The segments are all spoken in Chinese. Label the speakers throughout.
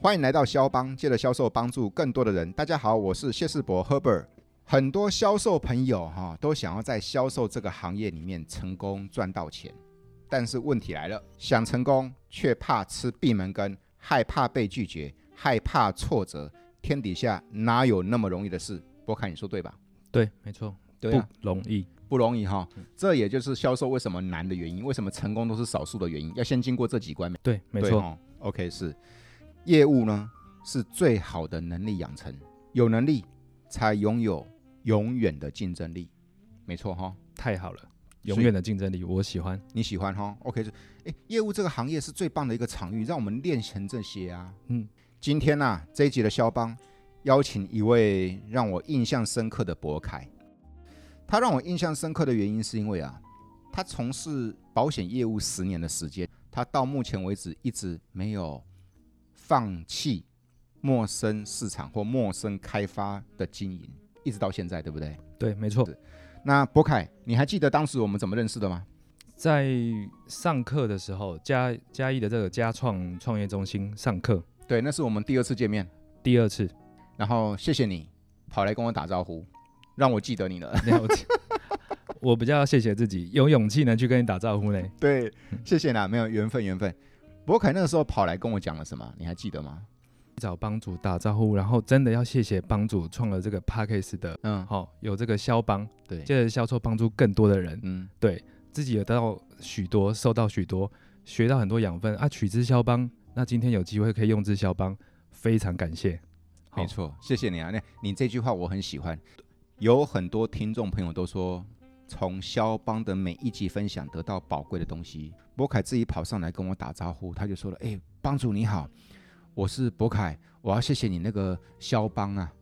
Speaker 1: 欢迎来到肖邦，借着销售帮助更多的人。大家好，我是谢世博 Herbert。很多销售朋友哈、都想要在销售这个行业里面成功赚到钱，但是问题来了，想成功却怕吃闭门羹，害怕被拒绝，害怕挫折。天底下哪有那么容易的事？波凯，你说对吧？
Speaker 2: 对，啊没错，
Speaker 1: 对啊
Speaker 2: 不容易。
Speaker 1: 不容易哈，这也就是销售为什么难的原因，为什么成功都是少数的原因，要先经过这几关。
Speaker 2: 对，没
Speaker 1: 对
Speaker 2: 错，
Speaker 1: 哦。OK，是业务呢是最好的能力养成，有能力才拥有永远的竞争力，没错哈、
Speaker 2: 太好了，永远的竞争力，我喜欢。
Speaker 1: 你喜欢哈、OK，是诶，业务这个行业是最棒的一个场域，让我们练成这些啊。
Speaker 2: 嗯，
Speaker 1: 今天呢、啊、这一集的肖邦邀请一位让我印象深刻的博凯，他让我印象深刻的原因是因为啊，他从事保险业务十年的时间，他到目前为止一直没有放弃陌生市场或陌生开发的经营，一直到现在，对不对？
Speaker 2: 对，没错
Speaker 1: 是，那博凯，你还记得当时我们怎么认识的吗？
Speaker 2: 在上课的时候，嘉嘉义的这个嘉创创业中心上课
Speaker 1: 对，那是我们第二次见面，
Speaker 2: 第 二次，
Speaker 1: 然后谢谢你跑来跟我打招呼，让我记得你了。
Speaker 2: 了解。我比较谢谢自己有勇气能去跟你打招呼呢。
Speaker 1: 对， 谢谢啦，没有缘分，缘分。博凯那个时候跑来跟我讲了什么？你还记得吗？
Speaker 2: 找帮主打招呼，然后真的要谢谢帮主创了这个 p a c k a g e 的，
Speaker 1: 嗯，
Speaker 2: 好、有这个销帮，
Speaker 1: 对，
Speaker 2: 接着销售帮助更多的人，
Speaker 1: 嗯，
Speaker 2: 对自己有得到许多，受到许多，学到很多养分啊，取之肖邦。那今天有机会可以用之肖邦，非常感谢。好
Speaker 1: 没错，谢谢你啊。那你这句话我很喜欢，有很多听众朋友都说，从肖邦的每一集分享得到宝贵的东西。博凯自己跑上来跟我打招呼，他就说了：“哎、帮主你好，我是博凯，我要谢谢你那个肖邦啊，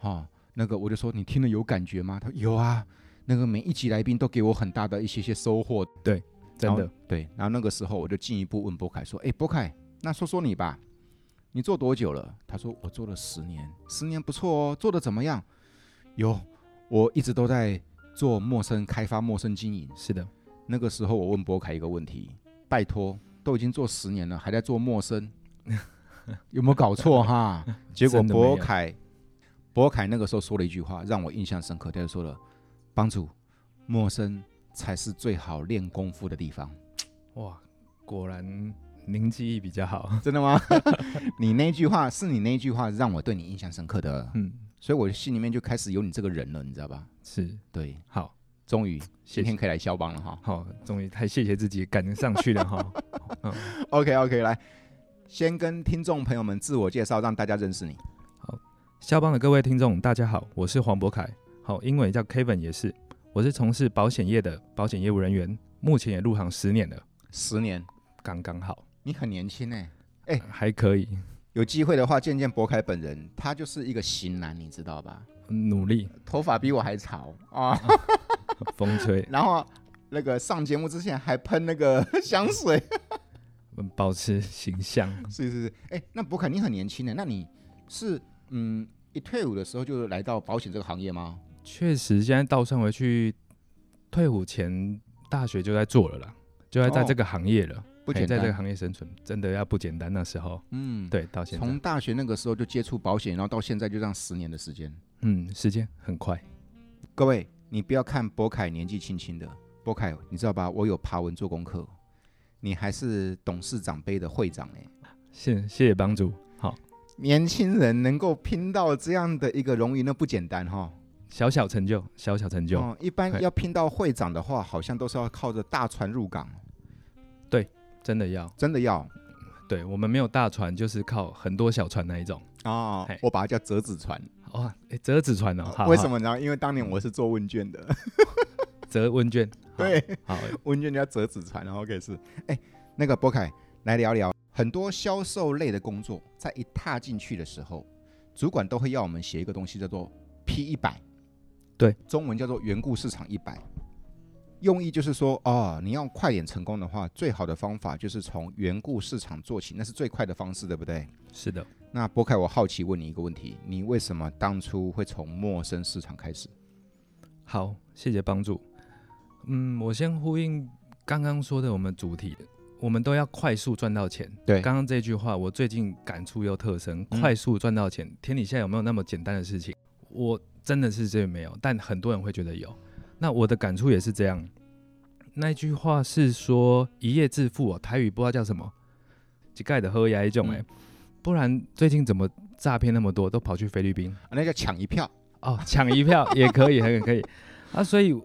Speaker 1: 哦，那个我就说你听了有感觉吗？他说有啊，那个每一集来宾都给我很大的一些些收获，
Speaker 2: 真
Speaker 1: 然
Speaker 2: 的
Speaker 1: 后，对。然后那个时候我就进一步问波凯说：“哎，波凯，那说说你吧，你做多久了？”他说：“我做了十年，十年不错哦，做的怎么样？”有，我一直都在做陌生开发、陌生经营。
Speaker 2: 是的，
Speaker 1: 那个时候我问波凯一个问题：“拜托，都已经做十年了，还在做陌生，有没有搞错哈？” 结果
Speaker 2: 真的没有
Speaker 1: 博凯，博凯那个时候说了一句话让我印象深刻，他就说了：“帮主，陌生才是最好练功夫的地方。”
Speaker 2: 哇，果然您记忆比较好。
Speaker 1: 真的吗？你那句话是你那句话让我对你印象深刻的，
Speaker 2: 嗯，
Speaker 1: 所以我心里面就开始有你这个人了，你知道吧？
Speaker 2: 是
Speaker 1: 对，
Speaker 2: 好，
Speaker 1: 终于今
Speaker 2: 谢
Speaker 1: 天
Speaker 2: 谢。
Speaker 1: 可以来肖邦了 哈。
Speaker 2: 好，终于太谢谢自己赶上去了哈。
Speaker 1: OK OK，来，先跟听众朋友们自我介绍，让大家认识你。
Speaker 2: 肖邦的各位听众，大家好，我是黄博凯，好，英文也叫 Kevin 也是，我是从事保险业的保险业务人员，目前也入行十年了，
Speaker 1: 十年，
Speaker 2: 刚刚好，
Speaker 1: 你很年轻哎、
Speaker 2: 还可以，
Speaker 1: 有机会的话见见博凯本人，他就是一个型男，你知道吧？
Speaker 2: 努力
Speaker 1: 头发比我还 长啊，
Speaker 2: 风吹，
Speaker 1: 然后那个上节目之前还喷那个香水，
Speaker 2: 嗯保持形象。
Speaker 1: 是是是，哎、那博凯你很年轻的，那你是嗯一退伍的时候就来到保险这个行业吗？
Speaker 2: 确实，现在倒算回去，退伍前大学就在做了啦，就在在
Speaker 1: 哦
Speaker 2: 这个行业了，
Speaker 1: 不
Speaker 2: 嘿
Speaker 1: 简
Speaker 2: 在这个
Speaker 1: 单，
Speaker 2: 行业生存真的要不简单。那时候，
Speaker 1: 嗯，，
Speaker 2: 对，到现
Speaker 1: 从
Speaker 2: 在，
Speaker 1: 大学那个时候就接触保险，然后到现在就这样十年的时间。
Speaker 2: 嗯，时间很快，
Speaker 1: 各位，你不要看博凯年纪轻轻的，博凯你知道吧？我有爬文做功课，你还是董事长杯的会长哎、
Speaker 2: 谢谢谢帮主。好，
Speaker 1: 年轻人能够拼到这样的一个荣誉，那不简单哈。
Speaker 2: 小小成就，小小成就，
Speaker 1: 哦，一般
Speaker 2: 嘿
Speaker 1: 要拼到会长的话，好像都是要靠着大船入港，
Speaker 2: 真的要。
Speaker 1: 真的要
Speaker 2: 对我们没有大船，就是靠很多小船那一种。
Speaker 1: 哦
Speaker 2: 嘿，
Speaker 1: 我把它叫折纸船。
Speaker 2: 哇，诶折纸船哦，好
Speaker 1: 为什？
Speaker 2: 好
Speaker 1: 么呢？因为当年我是做问卷的，
Speaker 2: 折问卷，好
Speaker 1: 对，
Speaker 2: 好，
Speaker 1: 问卷叫折纸船，然后可以是，哎，那个博凯来聊聊很多销售类的工作，在一踏进去的时候，主管都会要我们写一个东西叫做 P 一百，
Speaker 2: 对，
Speaker 1: 中文叫做缘故市场一百，用意就是说，哦，你要快点成功的话，最好的方法就是从缘故市场做起，那是最快的方式，对不对？
Speaker 2: 是的，
Speaker 1: 那博凯，我好奇问你一个问题，你为什么当初会从陌生市场开始？
Speaker 2: 好，谢谢帮助。嗯，我先呼应刚刚说的我们主题，我们都要快速赚到钱。
Speaker 1: 对
Speaker 2: 刚刚这句话，我最近感触又特深。
Speaker 1: 嗯
Speaker 2: 快速赚到钱，天底下有没有那么简单的事情？我真的是这没有，但很多人会觉得有。那我的感触也是这样。那句话是说一夜致富、哦，台语不知道叫什么，一盖的喝牙一种哎、
Speaker 1: 嗯
Speaker 2: 不然最近怎么诈骗那么多，都跑去菲律宾？
Speaker 1: 那叫抢一票。
Speaker 2: 哦，抢一票也可以，很可以啊。所以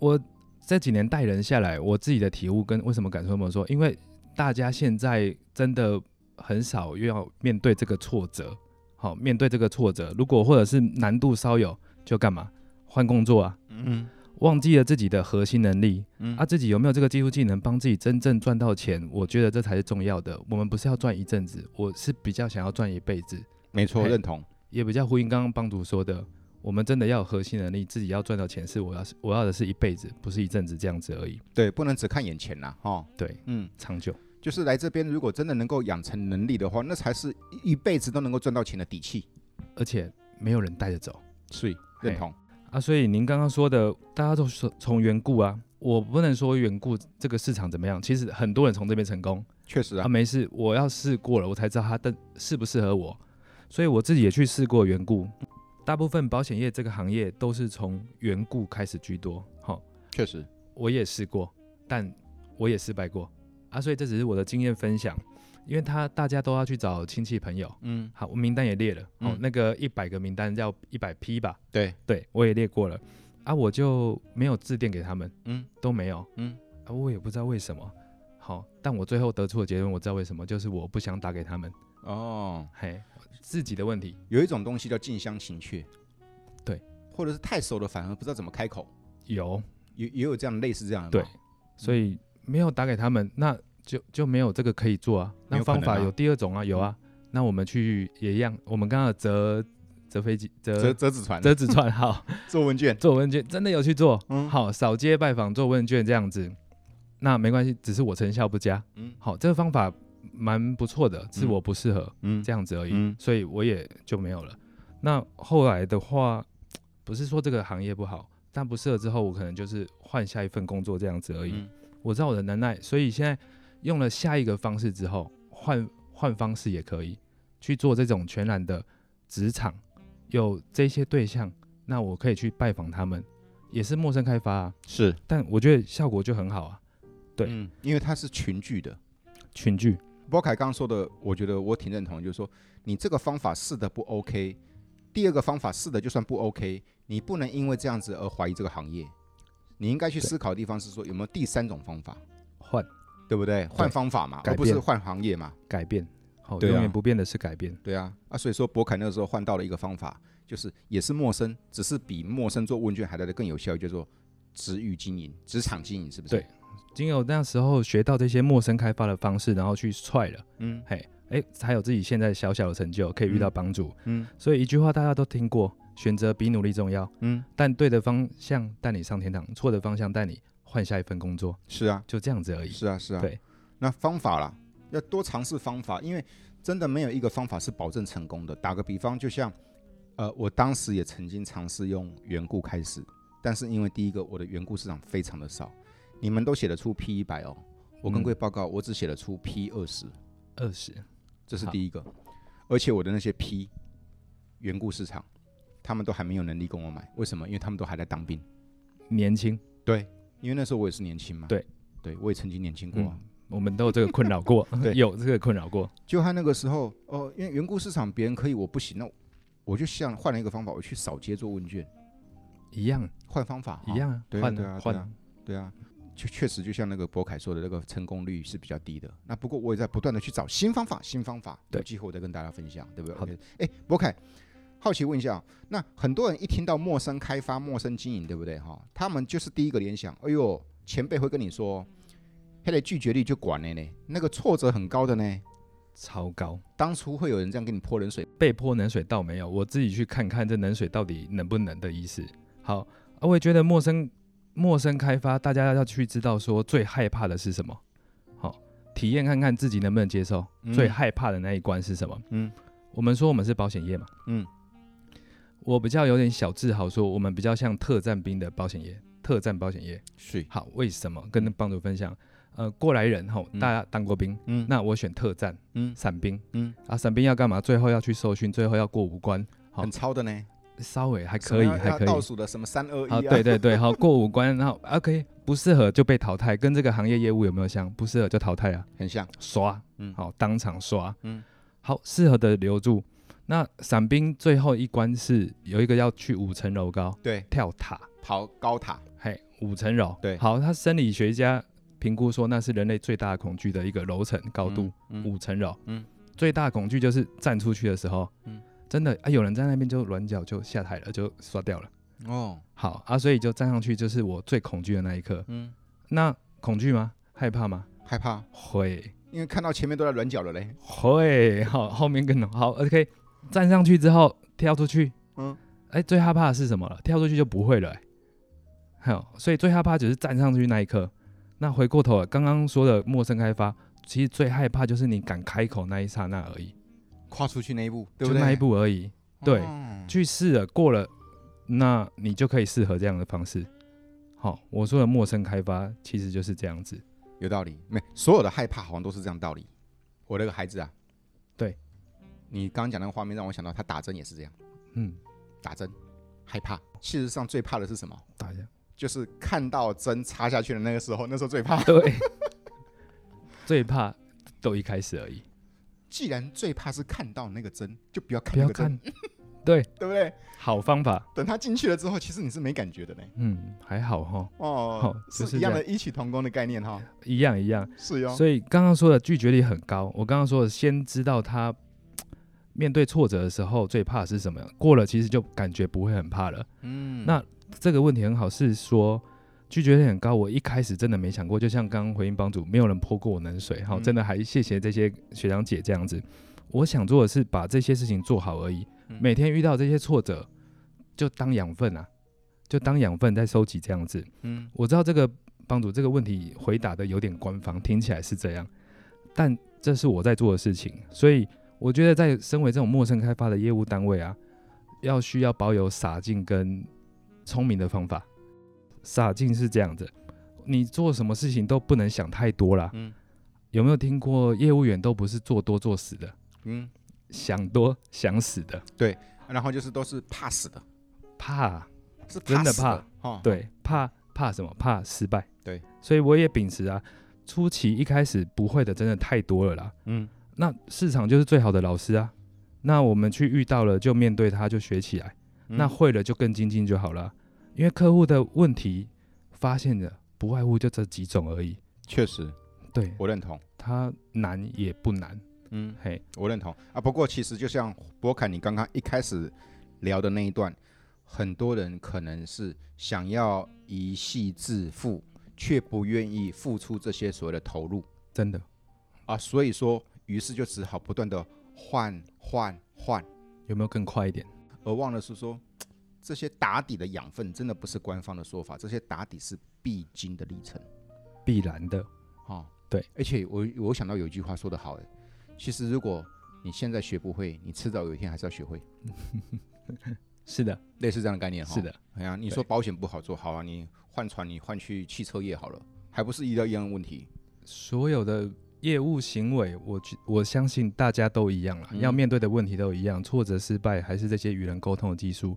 Speaker 2: 我这几年带人下来，我自己的体悟跟为什么敢说这么说，因为大家现在真的很少要面对这个挫折。好，面对这个挫折，如果或者是难度稍有，就干嘛换工作啊？
Speaker 1: 嗯
Speaker 2: 忘记了自己的核心能力，
Speaker 1: 嗯
Speaker 2: 啊，自己有没有这个技术技能帮自己真正赚到钱？我觉得这才是重要的。我们不是要赚一阵子，我是比较想要赚一辈子。
Speaker 1: 没错，
Speaker 2: 嘿
Speaker 1: 认同。
Speaker 2: 也比较呼应刚刚帮主说的，我们真的要有核心能力，自己要赚到钱是我要我要的是一辈子，不是一阵子这样子而已。
Speaker 1: 对，不能只看眼前啦，哈。
Speaker 2: 对，
Speaker 1: 嗯，
Speaker 2: 长久。
Speaker 1: 就是来这边，如果真的能够养成能力的话，那才是一一辈子都能够赚到钱的底气。
Speaker 2: 而且没有人带着走
Speaker 1: 所以
Speaker 2: 嘿
Speaker 1: 认同。
Speaker 2: 啊。所以您刚刚说的，大家都说从缘故啊，我不能说缘故这个市场怎么样，其实很多人从这边成功
Speaker 1: 确实
Speaker 2: 啊，
Speaker 1: 啊，
Speaker 2: 没事，我要试过了，我才知道它的适不适合我，所以我自己也去试过缘故。大部分保险业这个行业都是从缘故开始居多，好、
Speaker 1: 确实。
Speaker 2: 我也试过，但我也失败过啊，所以这只是我的经验分享，因为他大家都要去找亲戚朋友。
Speaker 1: 嗯，
Speaker 2: 好，我名单也列了，哦
Speaker 1: 嗯，
Speaker 2: 那个一百个名单叫一百批吧，
Speaker 1: 对，
Speaker 2: 对我也列过了啊，我就没有致电给他们，
Speaker 1: 嗯
Speaker 2: 都没有
Speaker 1: 嗯，
Speaker 2: 啊，我也不知道为什么。好，但我最后得出的结论，我知道为什么，就是我不想打给他们，
Speaker 1: 哦，
Speaker 2: 嘿，自己的问题
Speaker 1: 有一种东西叫近乡情怯，
Speaker 2: 对，
Speaker 1: 或者是太熟了，反而不知道怎么开口，
Speaker 2: 有，
Speaker 1: 也也有这样类似这样的
Speaker 2: 对
Speaker 1: 嘛，
Speaker 2: 所以没有打给他们，那就就没有这个可以做啊。
Speaker 1: 没
Speaker 2: 那
Speaker 1: 有可
Speaker 2: 方
Speaker 1: 能
Speaker 2: 法
Speaker 1: 啊
Speaker 2: 有第二种啊，有啊。那我们去也一样，我们刚刚有折折飞机、
Speaker 1: 折
Speaker 2: 折
Speaker 1: 折纸船、
Speaker 2: 呃折纸 船，好
Speaker 1: 做问卷，
Speaker 2: 做问卷，真的有去做，
Speaker 1: 嗯
Speaker 2: 好扫街拜访做问卷这样子。那没关系，只是我成效不佳。
Speaker 1: 嗯
Speaker 2: 好，这个方法蛮不错的，是
Speaker 1: 嗯
Speaker 2: 我不适合、
Speaker 1: 嗯
Speaker 2: 这样子而已，
Speaker 1: 嗯
Speaker 2: 所以我也就没有了。那后来的话，不是说这个行业不好，但不适合之后，我可能就是换下一份工作这样子而已。
Speaker 1: 嗯
Speaker 2: 我知道我的能耐，所以现在用了下一个方式之后，换换方式也可以去做这种全然的职场，有这些对象，那我可以去拜访他们，也是陌生开发、啊，
Speaker 1: 是
Speaker 2: 但我觉得效果就很好啊，对
Speaker 1: 嗯，因为它是群聚的。
Speaker 2: 群聚，
Speaker 1: 波凯刚刚说的，我觉得我挺认同的，就是说你这个方法试的不 OK，第二个方法试的就算不 OK，你不能因为这样子而怀疑这个行业。你应该去
Speaker 2: 对
Speaker 1: 思考的地方是说有没有第三种方法，
Speaker 2: 换
Speaker 1: 对不对？换方法嘛，
Speaker 2: 改
Speaker 1: 而不是
Speaker 2: 变
Speaker 1: 换行业嘛。
Speaker 2: 改变，好、
Speaker 1: 对啊
Speaker 2: 永远不变的是改变，
Speaker 1: 对啊，啊，所以说博凯那个时候换到了一个方法，就是也是陌生，只是比陌生做问卷还来的更有效率，叫做职域经营、职场经营，是不是？
Speaker 2: 对，经由那时候学到这些陌生开发的方式，然后去踹了，
Speaker 1: 嗯
Speaker 2: 嘿，哎，才有自己现在小小的成就，可以遇到帮助。
Speaker 1: 嗯
Speaker 2: 所以一句话大家都听过，选择比努力重要。
Speaker 1: 嗯，
Speaker 2: 但对的方向带你上天堂，错的方向带你换下一份工作，
Speaker 1: 是啊，
Speaker 2: 就这样子而已。
Speaker 1: 是啊，是啊。
Speaker 2: 对，
Speaker 1: 那方法啦，要多尝试方法，因为真的没有一个方法是保证成功的。打个比方，就像呃，我当时也曾经尝试用缘故开始，但是因为第一个我的缘故市场非常的少，你们都写得出 P 一百哦，我跟
Speaker 2: 嗯
Speaker 1: 各位报告，我只写得出 P 二十，
Speaker 2: 二十，
Speaker 1: 这是
Speaker 2: 好
Speaker 1: 第一个，而且我的那些 P 缘故市场，他们都还没有能力跟我买，为什么？因为他们都还在当兵。
Speaker 2: 年轻，
Speaker 1: 对，因为那时候我也是年轻嘛。
Speaker 2: 对，
Speaker 1: 对我也曾经年轻过啊、
Speaker 2: 嗯，我们都有这个困扰过
Speaker 1: 对，
Speaker 2: 有这个困扰过，
Speaker 1: 就他那个时候，哦，因为缘故市场别人可以，我不行，那我就想换了一个方法，我去扫街做问卷，
Speaker 2: 一样
Speaker 1: 换方法，
Speaker 2: 一，样啊
Speaker 1: 对啊对啊
Speaker 2: 换
Speaker 1: 对啊
Speaker 2: 换，
Speaker 1: 对啊，就确实就像那个博凯说的，那个成功率是比较低的。那不过我也在不断的去找新方法，新方法，
Speaker 2: 对
Speaker 1: 有机会我再跟大家分享，对不对？
Speaker 2: 好的
Speaker 1: OK，哎，博凯，好奇问一下啊，那很多人一听到陌生开发、陌生经营，对不对？哈，他们就是第一个联想，哎呦，前辈会跟你说，他的拒绝率就管了呢，那个挫折很高的呢。
Speaker 2: 超高，
Speaker 1: 当初会有人这样跟你泼冷水，
Speaker 2: 被泼冷水倒没有，我自己去看看这冷水到底能不能的意思。好，啊我也觉得陌生陌生开发，大家要去知道说最害怕的是什么，好、体验看看自己能不能接受、
Speaker 1: 嗯
Speaker 2: 最害怕的那一关是什么。
Speaker 1: 嗯
Speaker 2: 我们说我们是保险业嘛，
Speaker 1: 嗯，
Speaker 2: 我比较有点小自豪，说我们比较像特战兵的保险业，特战保险业。
Speaker 1: 是
Speaker 2: 好，为什么？跟帮主分享，呃过来人吼，
Speaker 1: 嗯
Speaker 2: 大家当过兵，
Speaker 1: 嗯
Speaker 2: 那我选特战
Speaker 1: 嗯
Speaker 2: 伞兵，
Speaker 1: 嗯，
Speaker 2: 啊，伞兵要干嘛？最后要去受训，最后要过五关，好
Speaker 1: 很超的呢，
Speaker 2: 稍微还可以，
Speaker 1: 什么要
Speaker 2: 还可以。
Speaker 1: 倒数的什么三二一
Speaker 2: 好，
Speaker 1: 啊，
Speaker 2: 对对对，好过五关，然后 OK 不适合就被淘汰，跟这个行业业务有没有像？不适合就淘汰啊，
Speaker 1: 很像，
Speaker 2: 刷，
Speaker 1: 嗯
Speaker 2: 好当场刷，
Speaker 1: 嗯
Speaker 2: 好适合的留住。那伞兵最后一关是有一个要去五层楼高
Speaker 1: 对，
Speaker 2: 跳塔，
Speaker 1: 跑高塔，
Speaker 2: 嘿，五层楼，
Speaker 1: 对
Speaker 2: 好，他生理学家评估说那是人类最大恐惧的一个楼层高度，
Speaker 1: 嗯，嗯
Speaker 2: 五层楼，
Speaker 1: 嗯
Speaker 2: 最大恐惧就是站出去的时候，
Speaker 1: 嗯
Speaker 2: 真的啊，有人在那边就软脚就下台了，就刷掉了。
Speaker 1: 哦，
Speaker 2: 好啊，所以就站上去就是我最恐惧的那一刻。
Speaker 1: 嗯，
Speaker 2: 那恐惧吗？害怕吗？
Speaker 1: 害怕，
Speaker 2: 会
Speaker 1: 因为看到前面都在软脚了嘞，
Speaker 2: 会好，后面更好。OK，站上去之后跳出去，
Speaker 1: 嗯，
Speaker 2: 哎，最害怕的是什么了？跳出去就不会了、哎好，所以最害怕只是站上去那一刻。那回过头了，刚刚说的陌生开发，其实最害怕就是你敢开口那一刹那而已，
Speaker 1: 跨出去那一步，对不
Speaker 2: 就
Speaker 1: 对？
Speaker 2: 那一步而已。对
Speaker 1: 哦
Speaker 2: 去试了，过了，那你就可以适合这样的方式。好，我说的陌生开发其实就是这样子。
Speaker 1: 有道理，没所有的害怕好像都是这样道理。我那个孩子啊，
Speaker 2: 对，
Speaker 1: 你刚刚讲那个画面让我想到他打针也是这样，
Speaker 2: 嗯，
Speaker 1: 打针害怕，事实上最怕的是什么？
Speaker 2: 打 一下。
Speaker 1: 就是看到针插下去的那个时候，那时候最怕。
Speaker 2: 对，最怕都一开始而已，
Speaker 1: 既然最怕是看到那个针，就不要看
Speaker 2: 不
Speaker 1: 那
Speaker 2: 要
Speaker 1: 个针，
Speaker 2: 看。对，
Speaker 1: 对不对？
Speaker 2: 好 方法，
Speaker 1: 等他进去了之后，其实你是没感觉的呢。
Speaker 2: 嗯，还好哈，
Speaker 1: 哦
Speaker 2: 好，就是
Speaker 1: 是一样
Speaker 2: 这
Speaker 1: 的异曲同工的概念哈。
Speaker 2: 一样一样。
Speaker 1: 是哟，
Speaker 2: 所以刚刚说的拒绝力很高，我刚刚说的先知道他面对挫折的时候最怕的是什么，过了其实就感觉不会很怕了。
Speaker 1: 嗯
Speaker 2: 那这个问题很好，是说。拒绝力很高，我一开始真的没想过，就像刚刚回应帮主，没有人泼过我冷水，好，
Speaker 1: 嗯
Speaker 2: 真的还谢谢这些学长姐这样子。我想做的是把这些事情做好而已，每天遇到这些挫折，就当养分啊，就当养分在收集这样子。
Speaker 1: 嗯
Speaker 2: 我知道这个帮主这个问题回答的有点官方，听起来是这样，但这是我在做的事情，所以我觉得在身为这种陌生开发的业务单位啊，要需要保有洒劲跟聪明的方法。洒劲是这样子，你做什么事情都不能想太多啦。
Speaker 1: 嗯
Speaker 2: 有没有听过业务员都不是做多做死的，
Speaker 1: 嗯，
Speaker 2: 想多想死的，
Speaker 1: 然后就是都是怕死的，
Speaker 2: 怕、
Speaker 1: 是
Speaker 2: 真的
Speaker 1: 死
Speaker 2: 怕
Speaker 1: 的哦。
Speaker 2: 对，怕怕什么？怕失败。
Speaker 1: 对，
Speaker 2: 所以我也秉持啊，初期一开始不会的真的太多了啦。
Speaker 1: 嗯
Speaker 2: 那市场就是最好的老师啊。那我们去遇到了就面对它，就学起来。
Speaker 1: 嗯
Speaker 2: 那会了就更精进就好了。因为客户的问题发现的不外乎就这几种而已。
Speaker 1: 确实
Speaker 2: 对，
Speaker 1: 我认同，
Speaker 2: 它难也不难。
Speaker 1: 嗯，
Speaker 2: 嘿，
Speaker 1: 我认同啊。不过其实就像博凯你刚刚一开始聊的那一段，很多人可能是想要一夕致富，却不愿意付出这些所谓的投入
Speaker 2: 真的
Speaker 1: 啊，所以说，于是就只好不断的换换换，
Speaker 2: 有没有更快一点？
Speaker 1: 而忘了是说嘖这些打底的养分真的不是官方的说法，这些打底是必经的历程。
Speaker 2: 必然的，
Speaker 1: 哦，
Speaker 2: 对，
Speaker 1: 而且我我想到有一句话说得好，哎，其实如果你现在学不会，你迟早有一天还是要学会，
Speaker 2: 是的，
Speaker 1: 类似这样的概念哈。
Speaker 2: 是，的，
Speaker 1: 哎呀，你说保险不好做，好啊，你换船，你换去汽车业好了，还不是遇到一样的问题？
Speaker 2: 所有的业务行为，我觉我相信大家都一样了，
Speaker 1: 嗯
Speaker 2: 要面对的问题都一样，挫折、失败，还是这些与人沟通的技术，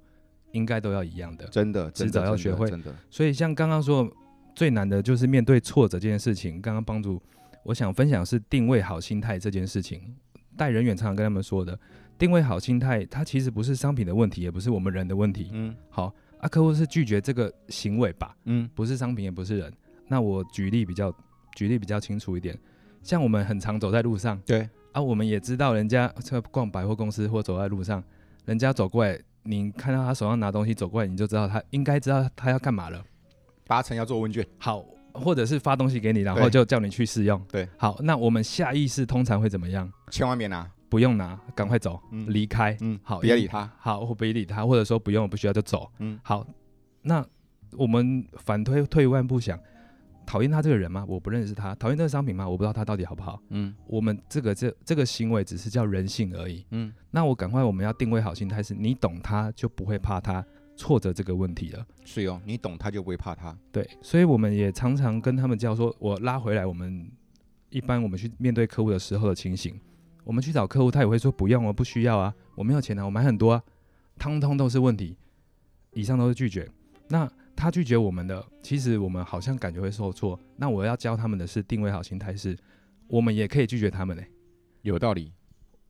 Speaker 2: 应该都要一样的。
Speaker 1: 真的，真的
Speaker 2: 迟早要
Speaker 1: 真的
Speaker 2: 学会
Speaker 1: 真的，
Speaker 2: 所以像刚刚说，最难的就是面对挫折这件事情。刚刚帮助我想分享的是定位好心态这件事情，带人远常常跟他们说的，定位好心态，它其实不是商品的问题，也不是我们人的问题。
Speaker 1: 嗯
Speaker 2: 好啊，客户是拒绝这个行为吧？
Speaker 1: 嗯
Speaker 2: 不是商品也不是人。那我举例比较举例比较清楚一点，像我们很常走在路上
Speaker 1: 对，
Speaker 2: 啊，我们也知道人家这逛百货公司或走在路上，人家走过来，你看到他手上拿东西走过来，你就知道他应该知道他要干嘛了。
Speaker 1: 八成要做问卷，
Speaker 2: 好，或者是发东西给你，然后
Speaker 1: 对
Speaker 2: 就叫你去试用。
Speaker 1: 对，
Speaker 2: 好，那我们下意识通常会怎么样？
Speaker 1: 千万别拿，
Speaker 2: 不用拿，赶快走，
Speaker 1: 嗯
Speaker 2: 离开。
Speaker 1: 嗯，
Speaker 2: 好
Speaker 1: 别理他，
Speaker 2: 好，我不理他，或者说不用，不需要就走。
Speaker 1: 嗯
Speaker 2: 好，那我们反推退一万步想，讨厌他这个人吗？我不认识他，讨厌这个商品吗？我不知道他到底好不好。
Speaker 1: 嗯
Speaker 2: 我们这个这这个行为只是叫人性而已。
Speaker 1: 嗯
Speaker 2: 那我赶快我们要定位好心态是，你懂他就不会怕他，挫折这个问题了。
Speaker 1: 是哦，你懂他就不会怕他。
Speaker 2: 对，所以我们也常常跟他们教说，我拉回来，我们一般我们去面对客户的时候的情形，我们去找客户，他也会说不用啊，不需要啊，我没有钱啊，我买很多啊，通通都是问题，以上都是拒绝。那他拒绝我们的，其实我们好像感觉会受挫。那我要教他们的是定位好心态是，我们也可以拒绝他们嘞、
Speaker 1: 有道理。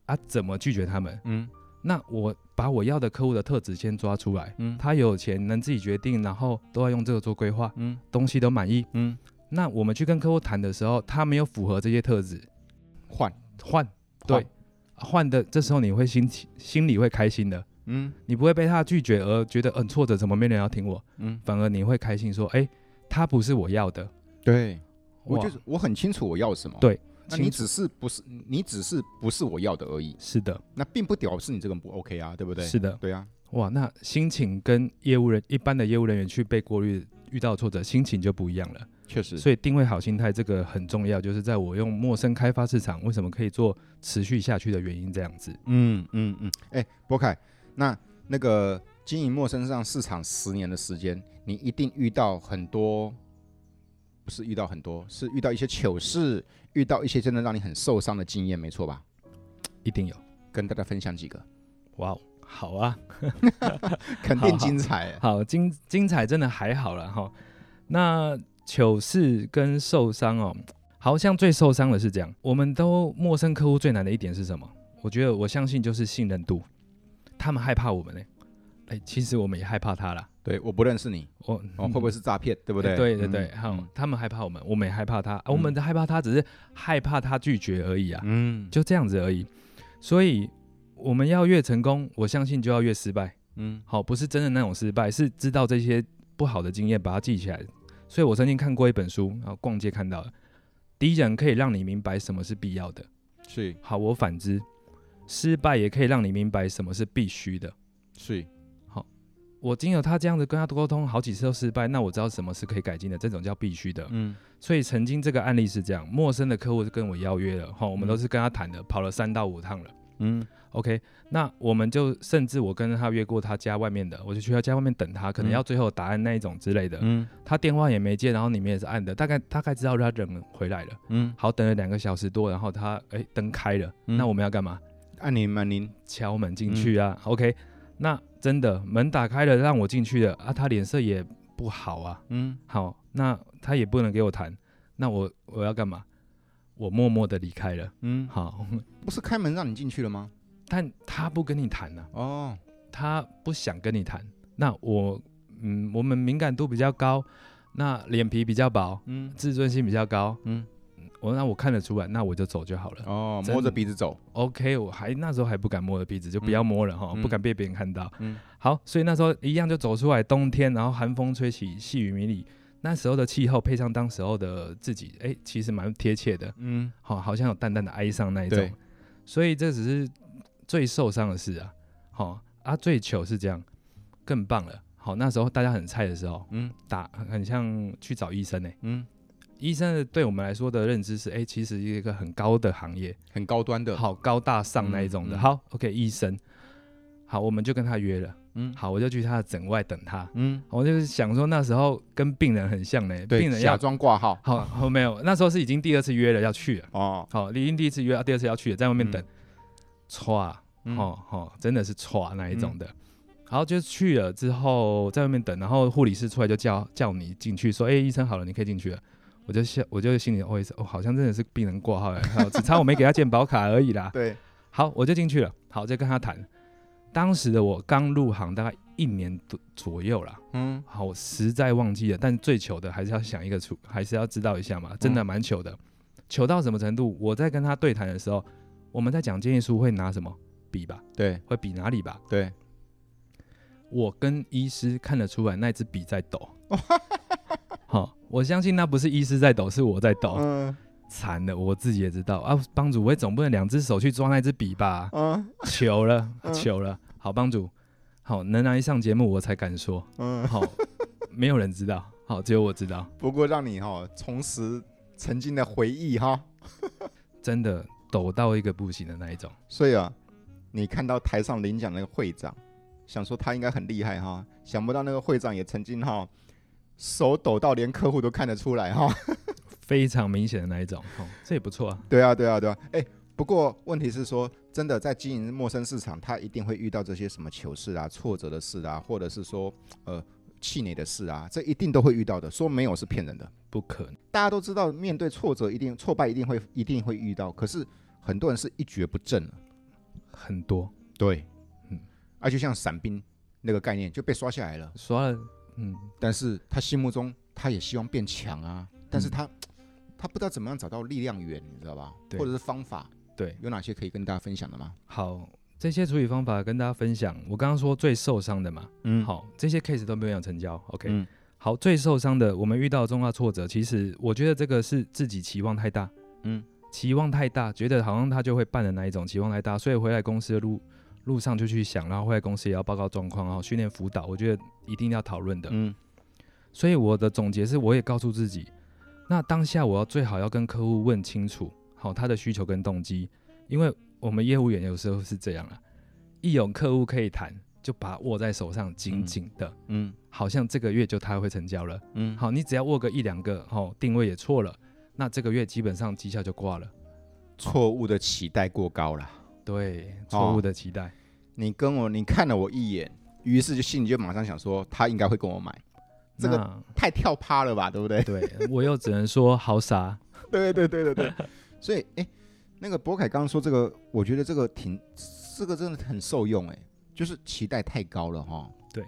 Speaker 2: 啊，怎么拒绝他们？
Speaker 1: 嗯
Speaker 2: 那我把我要的客户的特质先抓出来，
Speaker 1: 嗯
Speaker 2: 他有钱能自己决定，然后都要用这个做规划，
Speaker 1: 嗯
Speaker 2: 东西都满意。
Speaker 1: 嗯，
Speaker 2: 那我们去跟客户谈的时候，他没有符合这些特质，
Speaker 1: 换
Speaker 2: 换对换的，这时候你会心情心里会开心的，
Speaker 1: 嗯
Speaker 2: 你不会被他拒绝而觉得很挫折，怎么没人要听我？
Speaker 1: 嗯，
Speaker 2: 反而你会开心说，哎，他不是我要的，
Speaker 1: 对我
Speaker 2: 哇
Speaker 1: 就是我很清楚我要什么。
Speaker 2: 对
Speaker 1: 那你
Speaker 2: 清楚
Speaker 1: 只是不是你只是不是我要的而已，
Speaker 2: 是的，
Speaker 1: 那并不表示你这个人不 OK 啊，对不对？
Speaker 2: 是的，
Speaker 1: 对啊，
Speaker 2: 哇，那心情跟业务人一般的业务人员去被过滤遇到挫折，心情就不一样了。
Speaker 1: 确实。
Speaker 2: 所以定位好心态这个很重要，就是在我用陌生开发市场为什么可以做持续下去的原因，这样子。
Speaker 1: 嗯嗯嗯，哎、波凯，那那个经营陌生上市场十年的时间，你一定遇到很多，不是遇到很多，是遇到一些糗事，遇到一些真的让你很受伤的经验，没错吧？
Speaker 2: 一定有。
Speaker 1: 跟大家分享几个，
Speaker 2: 哇哦，好啊，
Speaker 1: 肯定精彩、
Speaker 2: 好精精彩真的还好了哈。那糗事跟受伤哦，好像最受伤的是这样，我们都陌生客户最难的一点是什么？我觉得我相信就是信任度，他们害怕我们呢、哎、其实我们也害怕他啦。
Speaker 1: 对，我不认识你，
Speaker 2: 我、
Speaker 1: 哦，会不会是诈骗？对不对？
Speaker 2: 嗯哎对对
Speaker 1: 嗯
Speaker 2: 对，好、
Speaker 1: 嗯
Speaker 2: 他们害怕我们，我们也害怕他，啊、我们的害怕他只是害怕他拒绝而已啊，
Speaker 1: 嗯
Speaker 2: 就这样子而已。所以我们要越成功，我相信就要越失败。
Speaker 1: 嗯
Speaker 2: 好，不是真的那种失败，是知道这些不好的经验，把它记起来。所以我曾经看过一本书，然后逛街看到的，敌人可以让你明白什么是必要的。
Speaker 1: 是
Speaker 2: 好，我反之，失败也可以让你明白什么是必须的。
Speaker 1: 是，
Speaker 2: 我经由他这样子跟他沟通好几次都失败，那我知道什么是可以改进的，这种叫必须的。
Speaker 1: 嗯
Speaker 2: 所以曾经这个案例是这样，陌生的客户跟我邀约了，哈，我们
Speaker 1: 嗯
Speaker 2: 都是跟他谈的，跑了三到五趟了。
Speaker 1: 嗯
Speaker 2: OK，那我们就甚至我跟他约过他家外面的，我就去他家外面等他，可能
Speaker 1: 嗯
Speaker 2: 要最后答案那一种之类的。
Speaker 1: 嗯
Speaker 2: 他电话也没接，然后你们也是按的，大概大概知道他人回来了。
Speaker 1: 嗯，
Speaker 2: 好，等了两个小时多，然后他哎灯开了，
Speaker 1: 嗯
Speaker 2: 那我们要干嘛？
Speaker 1: 按铃满铃，
Speaker 2: 敲门进去啊。OK，那真的门打开了，让我进去了啊，他脸色也不好啊。
Speaker 1: 嗯
Speaker 2: 好，那他也不能给我谈，那我我要干嘛？我默默的离开了。
Speaker 1: 嗯，
Speaker 2: 好，
Speaker 1: 不是开门让你进去了吗？
Speaker 2: 但他不跟你谈呢、啊
Speaker 1: 哦，
Speaker 2: 他不想跟你谈，那我嗯，我们敏感度比较高，那脸皮比较薄，
Speaker 1: 嗯
Speaker 2: 自尊心比较高，
Speaker 1: 嗯，
Speaker 2: 我那我看得出来，那我就走就好了。
Speaker 1: 哦，
Speaker 2: 真
Speaker 1: 摸着
Speaker 2: 的
Speaker 1: 鼻子走，
Speaker 2: OK，我还那时候还不敢摸我的鼻子，就不要摸了哈，
Speaker 1: 嗯
Speaker 2: 不敢被别人看到。
Speaker 1: 嗯
Speaker 2: 好，所以那时候一样就走出来，冬天，然后寒风吹起，细雨迷离。那时候的气候配上当时候的自己，哎、其实蛮贴切的，
Speaker 1: 嗯。
Speaker 2: 好，好像有淡淡的哀伤那一种
Speaker 1: 对。
Speaker 2: 所以这只是最受伤的事啊。好、啊，最糗是这样，更棒了。好，那时候大家很菜的时候，
Speaker 1: 嗯
Speaker 2: 打很像去找医生呢、
Speaker 1: 嗯，
Speaker 2: 医生的对我们来说的认知是，哎、其实一个很高的行业，
Speaker 1: 很高端的。
Speaker 2: 好高大上那一种的。
Speaker 1: 嗯嗯
Speaker 2: 好，OK，医生，好，我们就跟他约了。
Speaker 1: 嗯
Speaker 2: 好，我就去他的诊外等他。
Speaker 1: 嗯，
Speaker 2: 我就是想说，那时候跟病人很像呢、
Speaker 1: 对，
Speaker 2: 病人
Speaker 1: 假
Speaker 2: 要
Speaker 1: 装挂号。
Speaker 2: 好，好没有，那时候是已经第二次约了要去了。
Speaker 1: 哦，
Speaker 2: 好，已经第一次约，啊第二次要去了，在外面等，歘、
Speaker 1: 嗯
Speaker 2: 哦哦，真的是歘那一种的。然后就去了之后，在外面等，然后护理师出来就叫叫你进去，说：“哎、医生好了，你可以进去了。”我就笑，我就心里 OS：哦，好像真的是病人挂号 了，好只差我没给他健保卡而已啦。
Speaker 1: 对，
Speaker 2: 好，我就进去了，好，就跟他谈。当时的我刚入行，大概一年多左右啦。
Speaker 1: 嗯
Speaker 2: 好，我实在忘记了，但最糗的还是要想一个出，还是要知道一下嘛，
Speaker 1: 嗯
Speaker 2: 真的蛮糗的。糗到什么程度？我在跟他对谈的时候，我们在讲建议书会拿什么比吧？
Speaker 1: 对
Speaker 2: 会比哪里吧？
Speaker 1: 对，
Speaker 2: 我跟医师看得出来那支笔在 抖。好、我相信那不是医师在抖，是我在抖。
Speaker 1: 嗯
Speaker 2: 惨了，我自己也知道啊。帮主，我也总不能两只手去抓那支 笔吧？
Speaker 1: 嗯
Speaker 2: 求了，
Speaker 1: 嗯
Speaker 2: 求了。好，帮主，好，能来上节目我才敢说。
Speaker 1: 嗯。
Speaker 2: 好，没有人知道，好，只有我知道。
Speaker 1: 不过让你哈重拾曾经的回忆哈，
Speaker 2: 真的抖到一个不行的那一种。
Speaker 1: 所以啊，你看到台上领奖那个会长，想说他应该很厉害哈，想不到那个会长也曾经哈手抖到连客户都看得出来哈。
Speaker 2: 非常明显的那一种，哦，这也不错啊。
Speaker 1: 对啊，对啊，对啊。哎、不过问题是说，真的在经营陌生市场，他一定会遇到这些什么糗事啊、挫折的事啊，或者是说呃气馁的事啊，这一定都会遇到的。说没有是骗人的。
Speaker 2: 不可能，
Speaker 1: 大家都知道，面对挫折一定挫败一定会一定会遇到，可是很多人是一蹶不振啊了。
Speaker 2: 很多
Speaker 1: 对，
Speaker 2: 嗯
Speaker 1: 嗯，啊，就像伞兵那个概念就被刷下来了，
Speaker 2: 刷了，嗯，
Speaker 1: 但是他心目中他也希望变强啊，但是他、他不知道怎么样找到力量源，你知道吧？
Speaker 2: 对
Speaker 1: 或者是方法
Speaker 2: 对，
Speaker 1: 有哪些可以跟大家分享的吗？
Speaker 2: 好，这些处理方法跟大家分享。我刚刚说最受伤的嘛，
Speaker 1: 嗯，
Speaker 2: 好，这些 case 都没有成交，OK，、
Speaker 1: 嗯
Speaker 2: 好，最受伤的我们遇到重大挫折，其实我觉得这个是自己期望太大，
Speaker 1: 嗯，
Speaker 2: 期望太大，觉得好像他就会办的那一种期望太大，所以回来公司的路路上就去想，然后回来公司也要报告状况，然后训练辅导，我觉得一定要讨论的。
Speaker 1: 嗯
Speaker 2: 所以我的总结是，我也告诉自己，那当下我要最好要跟客户问清楚，好他的需求跟动机，因为我们业务员有时候是这样啊，一有客户可以谈，就把它握在手上紧紧的，
Speaker 1: 嗯
Speaker 2: 好像这个月就他会成交了。
Speaker 1: 嗯，
Speaker 2: 好，你只要握个一两个，哦，定位也错了，那这个月基本上绩效就挂了。
Speaker 1: 错误的期待过高了。
Speaker 2: 对，
Speaker 1: 哦
Speaker 2: 错误的期待，
Speaker 1: 你跟我，你看了我一眼，于是就心里就马上想说，他应该会跟我买，这个
Speaker 2: 那
Speaker 1: 太跳趴了吧，对不对？
Speaker 2: 对我又只能说好傻。
Speaker 1: 对对对对对。所以，哎、那个博凯刚刚说这个，我觉得这个挺，这个真的很受用、哎，就是期待太高了哈。
Speaker 2: 对，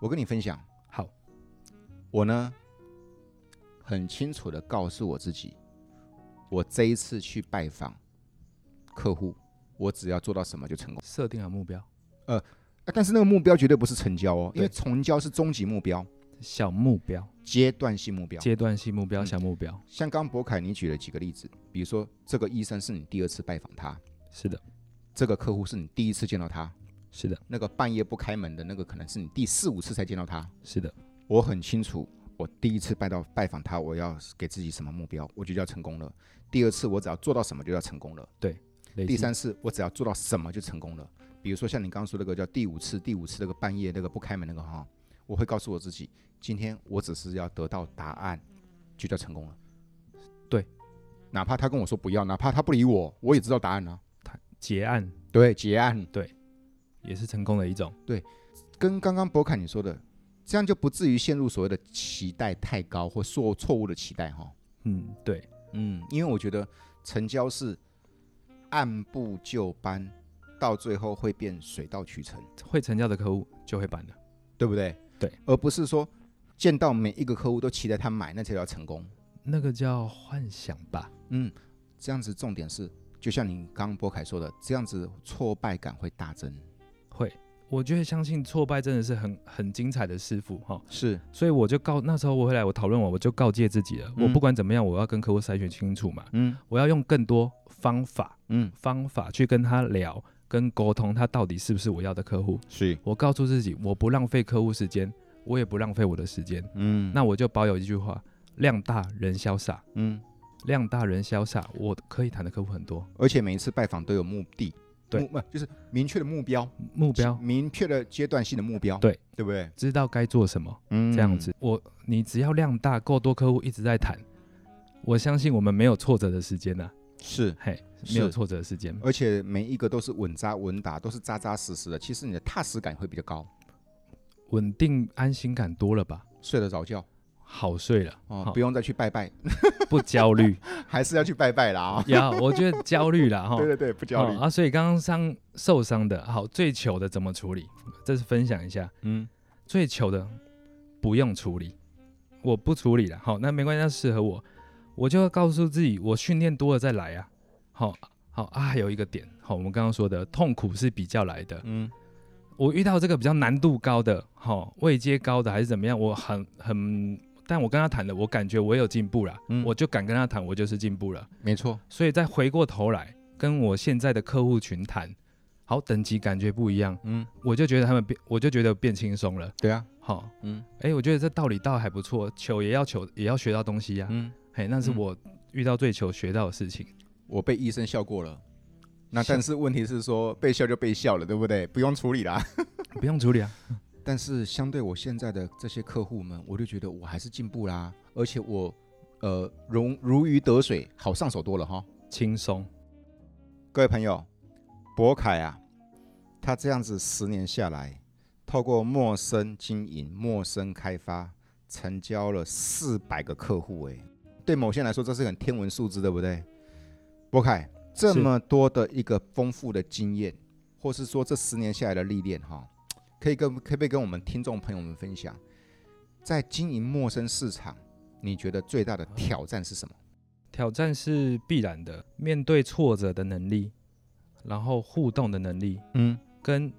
Speaker 1: 我跟你分享，
Speaker 2: 好，
Speaker 1: 我呢很清楚的告诉我自己，我这一次去拜访客户，我只要做到什么就成功。
Speaker 2: 设定好目标，
Speaker 1: 啊但是那个目标绝对不是成交哦，因为
Speaker 2: 对
Speaker 1: 成交是终极目标、
Speaker 2: 小目标，
Speaker 1: 阶段性目标。
Speaker 2: 阶段性目标，
Speaker 1: 嗯
Speaker 2: 小目标，
Speaker 1: 像刚刚博凯你举了几个例子，比如说这个医生是你第二次拜访他，
Speaker 2: 是的，
Speaker 1: 这个客户是你第一次见到他，
Speaker 2: 是的，
Speaker 1: 那个半夜不开门的那个，可能是你第四五次才见到他。
Speaker 2: 是的，
Speaker 1: 我很清楚，我第一次拜到拜访他，我要给自己什么目标，我就叫成功了。第二次我只要做到什么就叫成功了。
Speaker 2: 累积
Speaker 1: 第三次我只要做到什么就成功了。比如说像你刚刚说那个叫第五次，第五次那个半夜那个不开门那个哈，我会告诉我自己，今天我只是要得到答案，就叫成功了。
Speaker 2: 对，
Speaker 1: 哪怕他跟我说不要，哪怕他不理我，我也知道答案啊。
Speaker 2: 结案
Speaker 1: 对，结案。
Speaker 2: 也是成功的一种，
Speaker 1: 跟刚刚博凯你说的，这样就不至于陷入所谓的期待太高或错错误的期待哈。
Speaker 2: 嗯，对，
Speaker 1: 嗯，因为我觉得成交是按部就班，到最后会变水到渠成，
Speaker 2: 会成交的客户就会办的，
Speaker 1: 对不对？
Speaker 2: 对，
Speaker 1: 而不是说见到每一个客户都期待他买，那才叫成功。
Speaker 2: 那个叫幻想吧，
Speaker 1: 嗯，这样子重点是，就像你刚刚博凯说的，这样子挫败感会大增。
Speaker 2: 会。我觉得相信挫败真的是很很精彩的师傅哈，
Speaker 1: 是，
Speaker 2: 所以我就告那时候我回来我讨论完我就告诫自己了，
Speaker 1: 嗯
Speaker 2: 我不管怎么样我要跟客户筛选清楚嘛，
Speaker 1: 嗯
Speaker 2: 我要用更多方法
Speaker 1: 嗯，
Speaker 2: 方法去跟他聊，跟沟通他到底是不是我要的客户。
Speaker 1: 是，
Speaker 2: 我告诉自己，我不浪费客户时间，我也不浪费我的时间，
Speaker 1: 嗯
Speaker 2: 那我就保有一句话：量大人潇洒，
Speaker 1: 嗯，
Speaker 2: 量大人潇洒。我可以谈的客户很多，
Speaker 1: 而且每一次拜访都有目的，
Speaker 2: 对
Speaker 1: 目，不就是明确的目标。
Speaker 2: 目标
Speaker 1: 明确的阶段性的目标，
Speaker 2: 对
Speaker 1: 对不对？
Speaker 2: 知道该做什么，
Speaker 1: 嗯
Speaker 2: 这样子，，我你只要量大，够多客户一直在谈，我相信我们没有挫折的时间呐、
Speaker 1: 嗯是，
Speaker 2: 嘿，没有
Speaker 1: 是
Speaker 2: 挫折的时间。
Speaker 1: 而且每一个都是稳扎稳打，都是扎扎实实的，其实你的踏实感会比较高，
Speaker 2: 稳定安心感多了吧？
Speaker 1: 睡得着觉
Speaker 2: 好睡了，
Speaker 1: 哦
Speaker 2: 好，
Speaker 1: 不用再去拜拜，
Speaker 2: 不焦虑。
Speaker 1: 还是要去拜拜啦啊！
Speaker 2: 呀，我觉得焦虑了哈。
Speaker 1: 对对对，不焦虑
Speaker 2: 哦，啊，所以刚刚伤受伤的，好最糗的怎么处理？这是分享一下
Speaker 1: 嗯
Speaker 2: 最糗的，不用处理，我不处理了。好，那没关系，那适合我，我就要告诉自己，我训练多了再来啊。好，好啊，还有一个点，好，我们刚刚说的痛苦是比较来的。
Speaker 1: 嗯
Speaker 2: 我遇到这个比较难度高的，好位阶高的还是怎么样，我很很，但我跟他谈了，我感觉我有进步了，
Speaker 1: 嗯
Speaker 2: 我就敢跟他谈，我就是进步了。
Speaker 1: 没错，
Speaker 2: 所以再回过头来跟我现在的客户群谈，好等级感觉不一样，
Speaker 1: 嗯，
Speaker 2: 我就觉得他们变，我就觉得变轻松了。
Speaker 1: 对啊，
Speaker 2: 好、
Speaker 1: 嗯
Speaker 2: 哎、我觉得这道理倒还不错，求也要求也要学到东西呀、
Speaker 1: 嗯，
Speaker 2: 嘿，那是
Speaker 1: 嗯
Speaker 2: 我遇到最求学到的事情。
Speaker 1: 我被医生笑过了，那但是问题是说被笑就被笑了，对不对？不用处理啦。
Speaker 2: 不用处理啊。
Speaker 1: 但是相对我现在的这些客户们，我就觉得我还是进步啦，而且我呃如如鱼得水，好上手多了哈。
Speaker 2: 轻松，
Speaker 1: 各位朋友，博凯啊，他这样子十年下来，透过陌生经营、陌生开发，成交了四百个客户、诶，对某些人来说这是很天文数字，对不对？博凯这
Speaker 2: 是
Speaker 1: 么多的一个丰富的经验，或是说这十年下来的历练，哈，可以跟可不可以跟我们听众朋友们分享，在经营陌生市场，你觉得最大的挑战是什么？
Speaker 2: 挑战是必然的。面对挫折的能力，然后互动的能力，
Speaker 1: 嗯
Speaker 2: 跟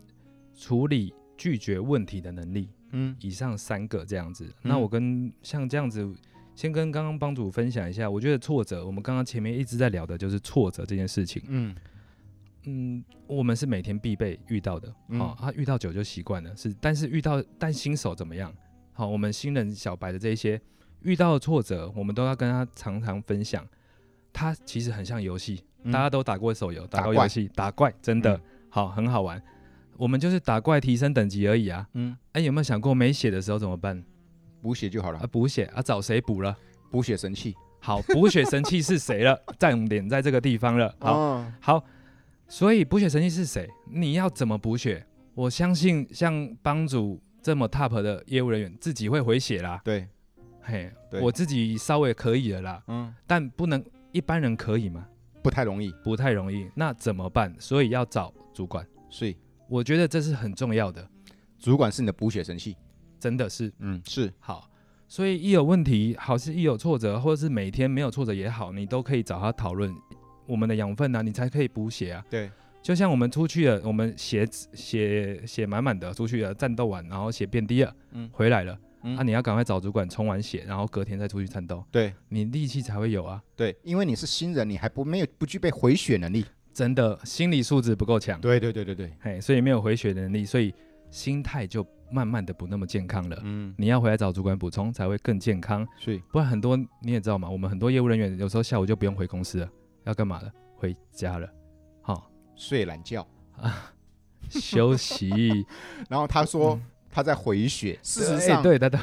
Speaker 2: 处理拒绝问题的能力，
Speaker 1: 嗯
Speaker 2: 以上三个这样子。那
Speaker 1: 嗯
Speaker 2: 我跟像这样子，先跟刚刚帮主分享一下，我觉得挫折，我们刚刚前面一直在聊的就是挫折这件事情。
Speaker 1: 嗯
Speaker 2: 嗯，我们是每天必备遇到的，
Speaker 1: 嗯
Speaker 2: 哦，他、啊、遇到久就习惯了，是，但是遇到但新手怎么样？好、我们新人小白的这一些遇到的挫折，我们都要跟他常常分享。它其实很像游戏，
Speaker 1: 嗯
Speaker 2: 大家都打过手游，打
Speaker 1: 打
Speaker 2: 过
Speaker 1: 怪
Speaker 2: 游戏，打怪真的、
Speaker 1: 嗯
Speaker 2: 好，很好玩。我们就是打怪提升等级而已啊。
Speaker 1: 嗯，
Speaker 2: 哎、有没有想过没血的时候怎么办？
Speaker 1: 补血就好了
Speaker 2: 啊，，补血啊，找谁补了？
Speaker 1: 补血神器。
Speaker 2: 好，补血神器是谁 了？重点在这个地方了。好，
Speaker 1: 哦
Speaker 2: 好，所以补血神器是谁？你要怎么补血？我相信像帮主这么 top 的业务人员，自己会回血啦。
Speaker 1: 对，
Speaker 2: 嘿，
Speaker 1: 对
Speaker 2: 我自己稍微可以了啦，
Speaker 1: 嗯，
Speaker 2: 但不能一般人可以吗？
Speaker 1: 不太容易，
Speaker 2: 不太容易，那怎么办？所以要找主管，
Speaker 1: 所以
Speaker 2: 我觉得这是很重要的，
Speaker 1: 主管是你的补血神器。
Speaker 2: 真的是
Speaker 1: 嗯，是，
Speaker 2: 好。所以一有问题，好是一有挫折，或者是每天没有挫折也好，你都可以找他讨论我们的养分啊，你才可以补血啊。
Speaker 1: 对，
Speaker 2: 就像我们出去了，我们血血血满满的出去了，战斗完，然后血变低了，
Speaker 1: 嗯
Speaker 2: 回来了，
Speaker 1: 嗯
Speaker 2: 啊，你要赶快找主管冲完血，然后隔天再出去战斗，
Speaker 1: 对，
Speaker 2: 你力气才会有啊。
Speaker 1: 对，因为你是新人，你还不没有不具备回血能力。
Speaker 2: 真的，心理素质不够强，
Speaker 1: 对，对，对，对，对，
Speaker 2: 嘿，所以没有回血的能力，所以心态就慢慢的不那么健康了。
Speaker 1: 嗯，
Speaker 2: 你要回来找主管补充才会更健康，
Speaker 1: 所以
Speaker 2: 不然很多你也知道嘛，我们很多业务人员有时候下午就不用回公司了，要干嘛了？回家了，好、
Speaker 1: 睡懒觉。
Speaker 2: 休息。
Speaker 1: 然后他说他在回血，事实
Speaker 2: 哎
Speaker 1: 上
Speaker 2: 对，对对，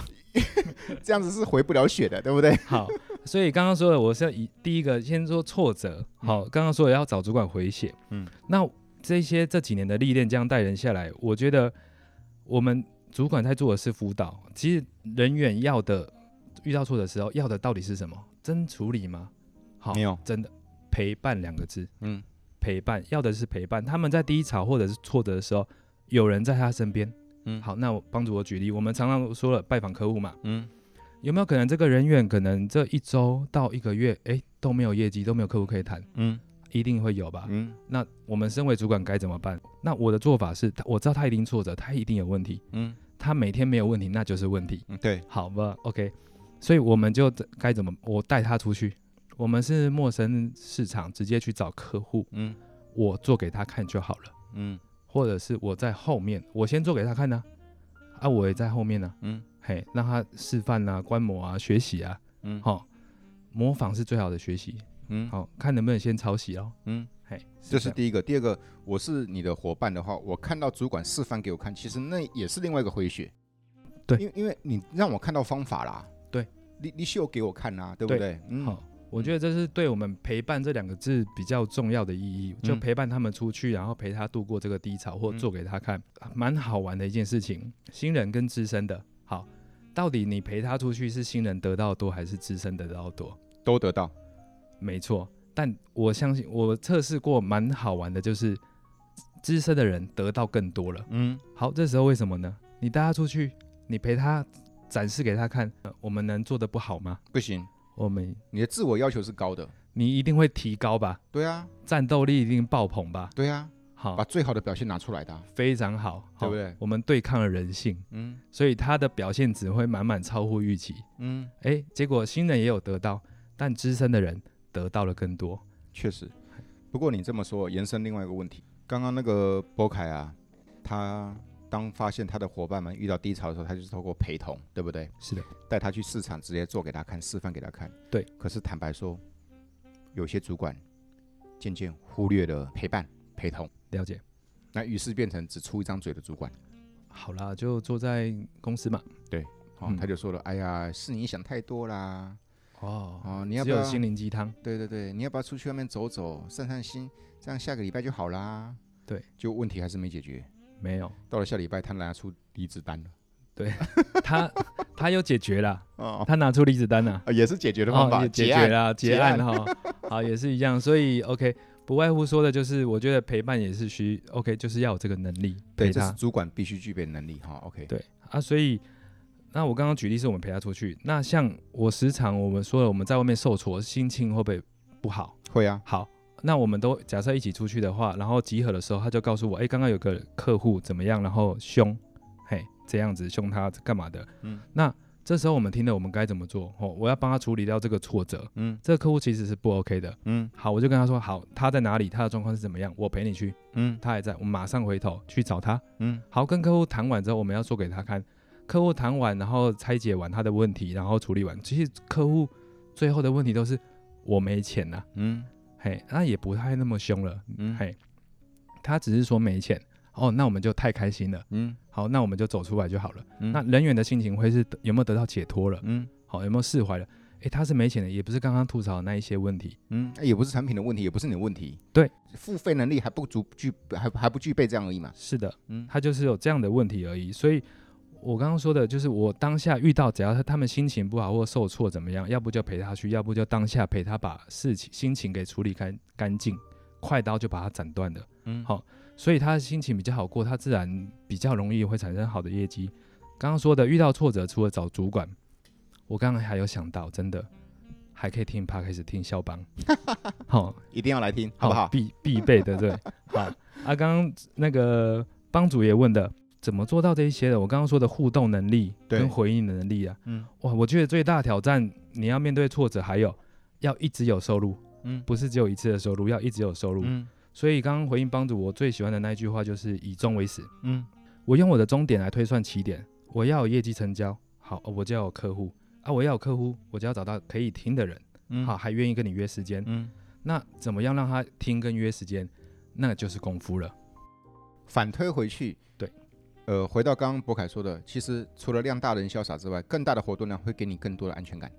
Speaker 1: 这样子是回不了血的，对不对？
Speaker 2: 好，所以刚刚说的，我是以第一个先说挫折。好，刚刚说的要找主管回血。
Speaker 1: 嗯
Speaker 2: 嗯，那这些这几年的历练，这样带人下来，我觉得我们主管在做的是辅导。其实人员要的，遇到错的时候要的到底是什么？真处理吗？好，
Speaker 1: 没有
Speaker 2: 真的陪伴两个字，
Speaker 1: 嗯，
Speaker 2: 陪伴要的是陪伴。他们在低潮或者是挫折的时候，有人在他身边。
Speaker 1: 嗯
Speaker 2: 嗯，好，那我帮助我举例，我们常常说了拜访客户嘛，
Speaker 1: 嗯，
Speaker 2: 有没有可能这个人员可能这一周到一个月，哎，都没有业绩，都没有客户可以谈，
Speaker 1: 嗯，
Speaker 2: 一定会有吧？
Speaker 1: 嗯，
Speaker 2: 那我们身为主管该怎么办？那我的做法是，他我知道他一定挫折，他一定有问题，
Speaker 1: 嗯，
Speaker 2: 他每天没有问题，那就是问题，
Speaker 1: 嗯，对，
Speaker 2: 好吧？OK，所以我们就该怎么？我带他出去，我们是陌生市场，直接去找客户，
Speaker 1: 嗯，
Speaker 2: 我做给他看就好了，
Speaker 1: 嗯，
Speaker 2: 或者是我在后面，我先做给他看呢、啊，我也在后面呢、
Speaker 1: 嗯，
Speaker 2: 嘿，让他示范啊、观摩啊、学习啊，
Speaker 1: 嗯
Speaker 2: 好、模仿是最好的学习，
Speaker 1: 嗯，
Speaker 2: 好、看能不能先抄袭哦，
Speaker 1: 嗯，
Speaker 2: 嘿，
Speaker 1: 这是
Speaker 2: 样
Speaker 1: 第一个。第二个，我是你的伙伴的话，我看到主管示范给我看，其实那也是另外一个回血。
Speaker 2: 对
Speaker 1: 因为因为你让我看到方法啦。
Speaker 2: 对，
Speaker 1: 你你秀给我看啦，对不
Speaker 2: 对
Speaker 1: 对？嗯，
Speaker 2: 好、我觉得这是对我们陪伴这两个字比较重要的意义，就
Speaker 1: 嗯
Speaker 2: 陪伴他们出去，然后陪他度过这个低潮，或
Speaker 1: 嗯
Speaker 2: 做给他看，蛮好玩的一件事情。新人跟资深的，好，到底你陪他出去是新人得到多还是资深得到多？
Speaker 1: 都得到。
Speaker 2: 没错，但我相信我测试过，蛮好玩的，就是资深的人得到更多了。
Speaker 1: 嗯
Speaker 2: 好，这时候为什么呢？你带他出去，你陪他展示给他看，呃我们能做的不好吗？，
Speaker 1: 不行，
Speaker 2: 我们
Speaker 1: 你的自我要求是高的。
Speaker 2: 你一定会提高吧，
Speaker 1: 对啊，
Speaker 2: 战斗力一定爆棚吧。
Speaker 1: 对啊，把
Speaker 2: 好，
Speaker 1: 最好的表现拿出来的啊、
Speaker 2: 非常好，
Speaker 1: 对
Speaker 2: 好
Speaker 1: 不对
Speaker 2: 我们对抗了人性，
Speaker 1: 嗯
Speaker 2: 所以他的表现只会满满超乎预期。
Speaker 1: 嗯，
Speaker 2: 诶，结果新人也有得到，但资深的人得到了更多。
Speaker 1: 确实。不过你这么说，延伸另外一个问题，刚刚那个波凯啊，他当发现他的伙伴们遇到低潮的时候，他就是透过陪同，对不对？
Speaker 2: 是的，
Speaker 1: 带他去市场，直接做给他看，示范给他看。
Speaker 2: 对。
Speaker 1: 可是坦白说，有些主管渐渐忽略了陪伴，陪同，
Speaker 2: 了解。
Speaker 1: 那于是变成只出一张嘴的主管。
Speaker 2: 好啦，就坐在公司嘛。
Speaker 1: 哦，
Speaker 2: 嗯
Speaker 1: 他就说了，哎呀，是你想太多啦。
Speaker 2: 哦，
Speaker 1: 哦，你要
Speaker 2: 只
Speaker 1: 不
Speaker 2: 有
Speaker 1: 要？
Speaker 2: 心灵鸡汤。
Speaker 1: 对对对，你要不要出去外面走走，散散心？这样下个礼拜就好啦。
Speaker 2: 对，
Speaker 1: 就问题还是没解决。
Speaker 2: 没 有，
Speaker 1: 到了下礼拜，他拿出离职单了。
Speaker 2: 他他有解决了，
Speaker 1: 哦，
Speaker 2: 他拿出离子单了。
Speaker 1: 也是解决的方法，
Speaker 2: 哦、也解
Speaker 1: 结
Speaker 2: 决
Speaker 1: 案。
Speaker 2: 了结
Speaker 1: 结案
Speaker 2: 案哈，好也是一样，所以 OK 不外乎说的就是，我觉得陪伴也是需 OK，就是要有这个能力
Speaker 1: 对，
Speaker 2: 陪
Speaker 1: 这是
Speaker 2: 他，
Speaker 1: 主管必须具备的能力哈。OK，
Speaker 2: 对啊，所以那我刚刚举例是我们陪他出去，那像我时常我们说了，我们在外面受挫，心情会不会不好？
Speaker 1: 会啊，
Speaker 2: 好，那我们都假设一起出去的话，然后集合的时候，他就告诉我，哎、刚刚有个客户怎么样，然后凶，嘿，这样子凶他干嘛的？
Speaker 1: 嗯，
Speaker 2: 那这时候我们听了，我们该怎么做？哦，我要帮他处理掉这个挫折。
Speaker 1: 嗯
Speaker 2: 这个客户其实是不 OK 的。
Speaker 1: 嗯
Speaker 2: 好，我就跟他说，好，他在哪里，他的状况是怎么样，我陪你去。
Speaker 1: 嗯
Speaker 2: 他还在，我们马上回头去找他。
Speaker 1: 嗯
Speaker 2: 好，跟客户谈完之后，我们要说给他看。客户谈完，然后拆解完他的问题，然后处理完。其实客户最后的问题都是我没钱呐、
Speaker 1: 嗯
Speaker 2: 嘿，那也不太那么凶了，
Speaker 1: 嗯
Speaker 2: 嘿，他只是说没钱，哦，那我们就太开心了，
Speaker 1: 嗯
Speaker 2: 好，那我们就走出来就好了。
Speaker 1: 嗯，
Speaker 2: 那人员的心情会是得有没有得到解脱了？
Speaker 1: 嗯
Speaker 2: 好，有没有释怀了？诶，他是没钱的，也不是刚刚吐槽的那一些问题，
Speaker 1: 嗯，也不是产品的问题，也不是你的问题。
Speaker 2: 对，
Speaker 1: 付费能力还不足具，还还不具备这样而已嘛。
Speaker 2: 是的，
Speaker 1: 嗯
Speaker 2: 他就是有这样的问题而已。所以我刚刚说的就是，我当下遇到只要他他们心情不好或受挫怎么样，要不就陪他去，要不就当下陪他把事情心情给处理干干净，快刀就把它斩断了。
Speaker 1: 嗯
Speaker 2: 好所以他的心情比较好过，他自然比较容易会产生好的业绩。刚刚说的遇到挫折，除了找主管，我刚刚还有想到，真的还可以听 p 开始听肖 邦，好、
Speaker 1: 一定要来听，好不好？
Speaker 2: 必必备 的，对。好，啊，刚刚那个帮主也问的，怎么做到这一些的？我刚刚说的互动能力
Speaker 1: 对
Speaker 2: 跟回应的能力啊，
Speaker 1: 嗯
Speaker 2: 哇，我觉得最大的挑战，你要面对挫折，还有要一直有收入，
Speaker 1: 嗯
Speaker 2: 不是只有一次的收入，要一直有收入。
Speaker 1: 嗯
Speaker 2: 所以刚刚回应帮主，我最喜欢的那一句话就是以终为始。
Speaker 1: 嗯
Speaker 2: 我用我的终点来推算起点，我要有业绩成交，好，哦我就要有客户啊，我要有客户，我就要找到可以听的人，
Speaker 1: 嗯
Speaker 2: 好，，还愿意跟你约时间。
Speaker 1: 嗯，
Speaker 2: 那怎么样让他听跟约时间，那就是功夫了。
Speaker 1: 反推回去，
Speaker 2: 对，
Speaker 1: 呃，回到刚刚博凯说的，其实除了量大人潇洒之外，更大的活动量会给你更多的安全感。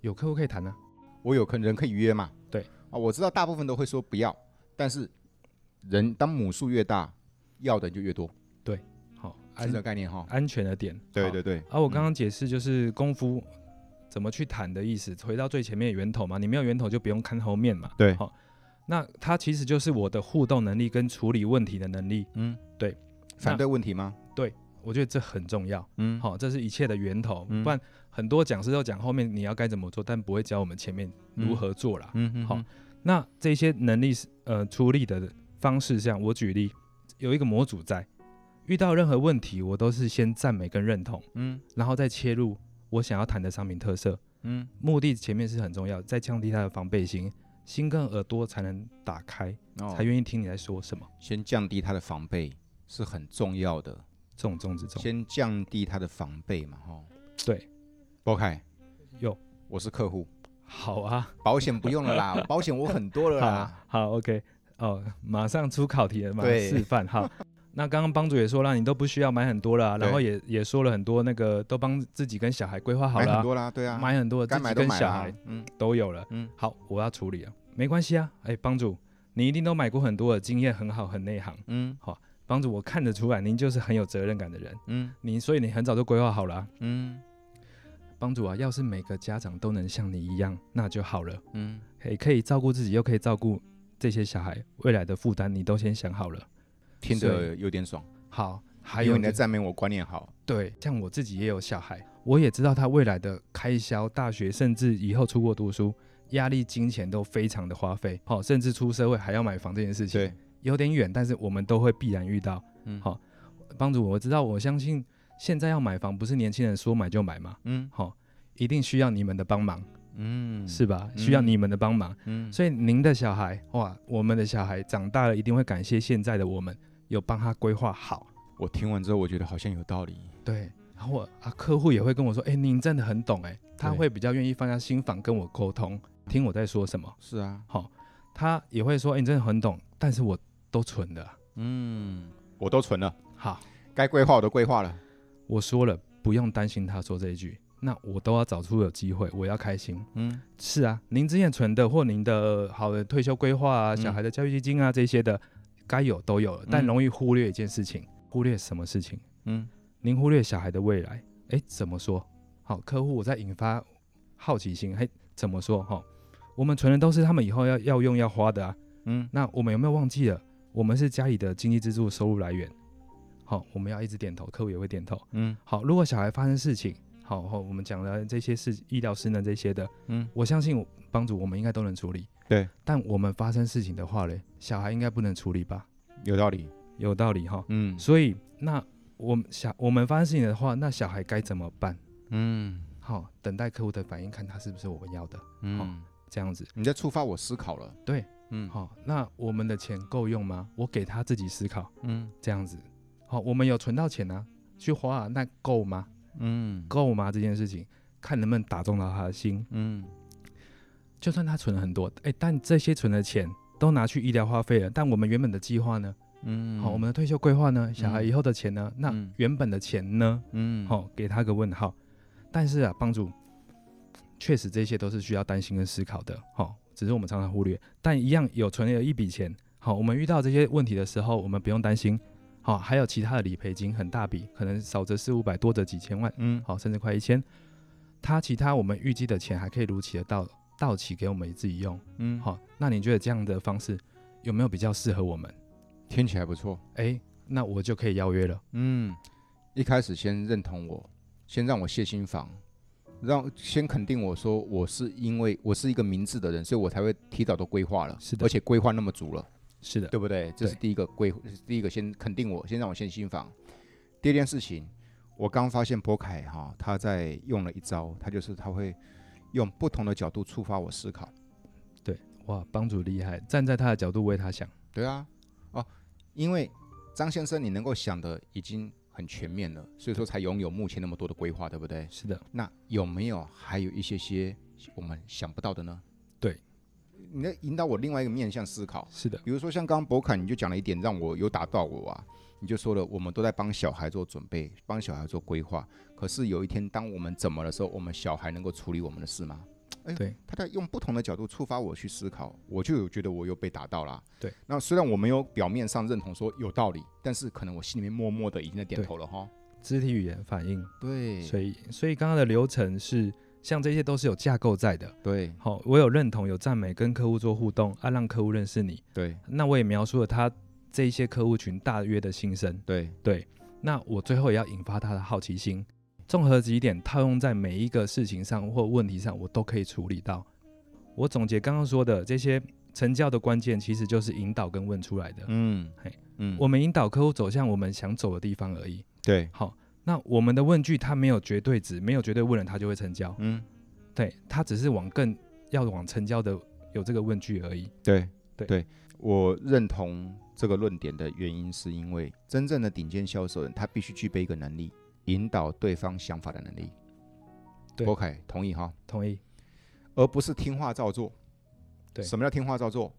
Speaker 2: 有客户可以谈啊，
Speaker 1: 我有可能人可以约嘛？
Speaker 2: 对
Speaker 1: 啊，我知道大部分都会说不要，但是人当母数越大，要的就越多，
Speaker 2: 好，
Speaker 1: 是这个
Speaker 2: 安
Speaker 1: 概念哈。
Speaker 2: 安全的点。
Speaker 1: 对
Speaker 2: 好啊
Speaker 1: 对。对，
Speaker 2: 而、我刚刚解释就是功夫怎么去谈的意思，回到最前面的源头嘛，你没有源头就不用看后面嘛。
Speaker 1: 对
Speaker 2: 好，那它其实就是我的互动能力跟处理问题的能力，
Speaker 1: 嗯，
Speaker 2: 对，
Speaker 1: 反对问题吗？
Speaker 2: 我觉得这很重要。
Speaker 1: 嗯，
Speaker 2: 好，这是一切的源头，
Speaker 1: 嗯
Speaker 2: 不然很多讲师都讲后面你要该怎么做，但不会教我们前面如何做啦。
Speaker 1: 嗯，嗯，
Speaker 2: 好
Speaker 1: 嗯，
Speaker 2: 那这些能力是呃出力的方式像我举例，有一个模组在，遇到任何问题，我都是先赞美跟认同，
Speaker 1: 嗯
Speaker 2: 然后再切入我想要谈的商品特色，
Speaker 1: 嗯
Speaker 2: 目的前面是很重要，再降低他的防备心，心跟耳朵才能打开，
Speaker 1: 哦
Speaker 2: 才愿意听你在说什么。
Speaker 1: 先降低他的防备是很重要的，
Speaker 2: 重中之重，
Speaker 1: 先降低他的防备嘛，哈。
Speaker 2: 对，
Speaker 1: 包凯，
Speaker 2: 有
Speaker 1: 我是客户，
Speaker 2: 好啊，
Speaker 1: 保险不用了 啦，保险我很多了
Speaker 2: 好
Speaker 1: 啦。
Speaker 2: 好，OK，哦，马上出考题了，马上
Speaker 1: 对
Speaker 2: 示范 好。那刚刚帮主也说了，你都不需要买很多了啊、
Speaker 1: 对
Speaker 2: 然后也也说了很多那个，都帮自己跟小孩规划好
Speaker 1: 买
Speaker 2: 了啊、
Speaker 1: 很多啦，对啊，
Speaker 2: 买很多，自
Speaker 1: 该
Speaker 2: 己
Speaker 1: 买都
Speaker 2: 跟
Speaker 1: 买
Speaker 2: 小
Speaker 1: 啦
Speaker 2: 孩。
Speaker 1: 嗯
Speaker 2: 都有了。
Speaker 1: 嗯，
Speaker 2: 好，我要处理了，没关系啊。哎，帮主，你一定都买过很多的，经验很好，很内行。
Speaker 1: 嗯
Speaker 2: 帮主，我看得出来，您就是很有责任感的人。
Speaker 1: 嗯
Speaker 2: 您所以你很早就规划好了啊、
Speaker 1: 嗯
Speaker 2: 帮主啊，要是每个家长都能像你一样，那就好了。
Speaker 1: 嗯
Speaker 2: 嘿，可以照顾自己，又可以照顾这些小孩，未来的负担你都先想好了。
Speaker 1: 听
Speaker 2: 所
Speaker 1: 得有点爽，
Speaker 2: 好，还
Speaker 1: 因
Speaker 2: 有
Speaker 1: 为你在
Speaker 2: 呢
Speaker 1: 赞美我观念好。
Speaker 2: 对，像我自己也有小孩，我也知道他未来的开销、大学甚至以后出国读书，压力、金钱都非常的花费。好、甚至出社会还要买房这件事情，
Speaker 1: 对，
Speaker 2: 有点远，但是我们都会必然遇到。
Speaker 1: 嗯
Speaker 2: 好帮主，我知道，我相信现在要买房不是年轻人说买就买嘛，
Speaker 1: 嗯
Speaker 2: 好、一定需要你们的帮忙，
Speaker 1: 嗯，
Speaker 2: 是吧？
Speaker 1: 嗯
Speaker 2: 需要你们的帮忙，
Speaker 1: 嗯，
Speaker 2: 所以您的小孩，哇，我们的小孩长大了一定会感谢现在的我们，有帮他规划好。
Speaker 1: 我听完之后，我觉得好像有道理。
Speaker 2: 对，然后我啊，客户也会跟我说，哎、您真的很懂、哎，他
Speaker 1: 对
Speaker 2: 会比较愿意放下心房跟我沟通，听我在说什么。
Speaker 1: 是啊，
Speaker 2: 好、他也会说，哎、你真的很懂，但是我都存的啊、
Speaker 1: 嗯，我都存了，
Speaker 2: 好，
Speaker 1: 该规划我都规划了。
Speaker 2: 我说了，不用担心他说这一句，那我都要找出有机会，我要开心。
Speaker 1: 嗯，
Speaker 2: 是啊，您之前存的或您的呃好的退休规划啊、小
Speaker 1: 嗯
Speaker 2: 孩的教育基金啊这些的，该有都有了，但
Speaker 1: 嗯
Speaker 2: 容易忽略一件事情，忽略什么事情？
Speaker 1: 嗯
Speaker 2: 您忽略小孩的未来。诶，怎么说？好，客户我在引发好奇心，诶，怎么说？哈、我们存的都是他们以后要要用要花的啊，
Speaker 1: 嗯
Speaker 2: 那我们有没有忘记了？我们是家里的经济支柱收入来源。好，我们要一直点头，客户也会点头。
Speaker 1: 嗯
Speaker 2: 好，如果小孩发生事情，好，好，我们讲了这些事，医疗失能这些的，
Speaker 1: 嗯，
Speaker 2: 我相信我帮主我们应该都能处理。
Speaker 1: 对，
Speaker 2: 但我们发生事情的话嘞，小孩应该不能处理吧？
Speaker 1: 嗯有道理。
Speaker 2: 有道理哈。
Speaker 1: 嗯
Speaker 2: 所以那我们小我们发生事情的话，那小孩该怎么办？
Speaker 1: 嗯
Speaker 2: 好，等待客户的反应，看他是不是我们要的
Speaker 1: 嗯，
Speaker 2: 这样子。
Speaker 1: 你在触发我思考了。
Speaker 2: 对，
Speaker 1: 嗯
Speaker 2: 好，那我们的钱够用吗？我给他自己思考
Speaker 1: 嗯
Speaker 2: 这样子。好，我们有存到钱啊，去花啊，那够吗？
Speaker 1: 嗯
Speaker 2: 够吗？这件事情，看能不能打中到他的心。
Speaker 1: 嗯
Speaker 2: 就算他存了很多，哎，但这些存的钱都拿去医疗花费了，但我们原本的计划呢？
Speaker 1: 嗯，
Speaker 2: 好，我们的退休规划呢？小孩
Speaker 1: 嗯
Speaker 2: 以后的钱呢？那
Speaker 1: 嗯
Speaker 2: 原本的钱呢？
Speaker 1: 嗯
Speaker 2: 好、给他个问号。但是啊，帮主，确实这些都是需要担心跟思考的。好、只是我们常常忽略，但一样有存了一笔钱。好、我们遇到这些问题的时候，我们不用担心。好、还有其他的理赔金很大笔，可能少则四五百，多则几千万，
Speaker 1: 嗯
Speaker 2: 好、甚至快一千。他其他我们预计的钱还可以如期的到到期给我们自己用。
Speaker 1: 嗯
Speaker 2: 好、那你觉得这样的方式有没有比较适合我们？
Speaker 1: 听起来不错。
Speaker 2: 哎，那我就可以邀约了。
Speaker 1: 嗯，一开始先认同我，先让我卸心防，让先肯定我说我是因为我是一个明智的人，所以我才会提早都规划了，
Speaker 2: 是的
Speaker 1: 而且规划那么足了，
Speaker 2: 是的，
Speaker 1: 对不对？这是
Speaker 2: 对
Speaker 1: 第一个规，第一个先肯定我，先让我卸心防。第二件事情，我刚发现博凯哈、他在用了一招，他就是他会用不同的角度触发我思考。
Speaker 2: 哇，帮主厉害，站在他的角度为他想，
Speaker 1: 对啊，哦，因为张先生你能够想的已经很全面了，所以说才拥有目前那么多的规划，对不对？
Speaker 2: 是的，
Speaker 1: 那有没有还有一些些我们想不到的呢？
Speaker 2: 对，
Speaker 1: 你在引导我另外一个面向思考，
Speaker 2: 是的，
Speaker 1: 比如说像刚刚博凯你就讲了一点，让我有打到我啊。你就说了，我们都在帮小孩做准备，帮小孩做规划。可是有一天，当我们怎么的时候，我们小孩能够处理我们的事吗？哎
Speaker 2: 对，
Speaker 1: 他在用不同的角度触发我去思考，我就有觉得我又被打到啦。
Speaker 2: 对，
Speaker 1: 那虽然我没有表面上认同说有道理，但是可能我心里面默默的已经在点头了哈。
Speaker 2: 肢体语言反应，
Speaker 1: 对
Speaker 2: 所以所以刚刚的流程是像这些都是有架构在的。
Speaker 1: 对
Speaker 2: 好、我有认同，有赞美，跟客户做互动，啊，让客户认识你。
Speaker 1: 对
Speaker 2: 那我也描述了他这一些客户群大约的心声，
Speaker 1: 对，
Speaker 2: 对。那我最后也要引发他的好奇心，综合几点套用在每一个事情上或问题上，我都可以处理到。我总结刚刚说的这些成交的关键，其实就是引导跟问出来的。
Speaker 1: 嗯
Speaker 2: 呃嘿，
Speaker 1: 嗯
Speaker 2: 我们引导客户走向我们想走的地方而已。
Speaker 1: 对，
Speaker 2: 好，那我们的问句它没有绝对值，没有绝对问了它就会成交，
Speaker 1: 嗯
Speaker 2: 对，它只是往更要往成交的有这个问句而已。
Speaker 1: 对
Speaker 2: 对
Speaker 1: 对，我认同这个论点的原因，是因为真正的顶尖销售人，他必须具备一个能力，引导对方想法的能力。
Speaker 2: 对
Speaker 1: 博凯同意哈。
Speaker 2: 同意？
Speaker 1: 而不是听话照做。
Speaker 2: 对
Speaker 1: 什么叫听话照做？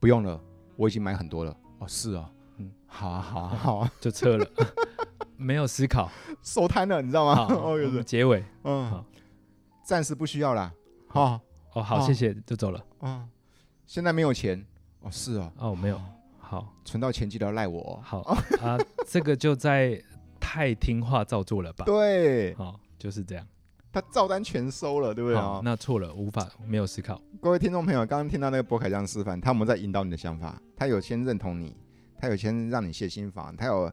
Speaker 1: 不用了，我已经买很多了。哦，是哦，
Speaker 2: 嗯
Speaker 1: 嗯，好啊，好啊，好啊，
Speaker 2: 就撤了， 没有思考。
Speaker 1: 收摊了，你知道吗？
Speaker 2: 好，
Speaker 1: 哦，
Speaker 2: 我
Speaker 1: 有
Speaker 2: 们
Speaker 1: 是，
Speaker 2: 结尾
Speaker 1: 嗯
Speaker 2: 好，
Speaker 1: 暂时不需要啦。好，
Speaker 2: 哦，好，
Speaker 1: 好
Speaker 2: 谢谢，就走了。
Speaker 1: 嗯，现在没有钱。哦，是哦，
Speaker 2: 哦，没有，好
Speaker 1: 存到钱记得要赖我哦。
Speaker 2: 好啊，这个就在太听话照做了吧？
Speaker 1: 对
Speaker 2: 好，就是这样。
Speaker 1: 他照单全收了，对不对
Speaker 2: 好
Speaker 1: 啊，？
Speaker 2: 那错了，无法没有思考。
Speaker 1: 各位听众朋友，刚刚听到那个博凯这样示范，他有没有在引导你的想法？他有先认同你，他有先让你卸心防，他有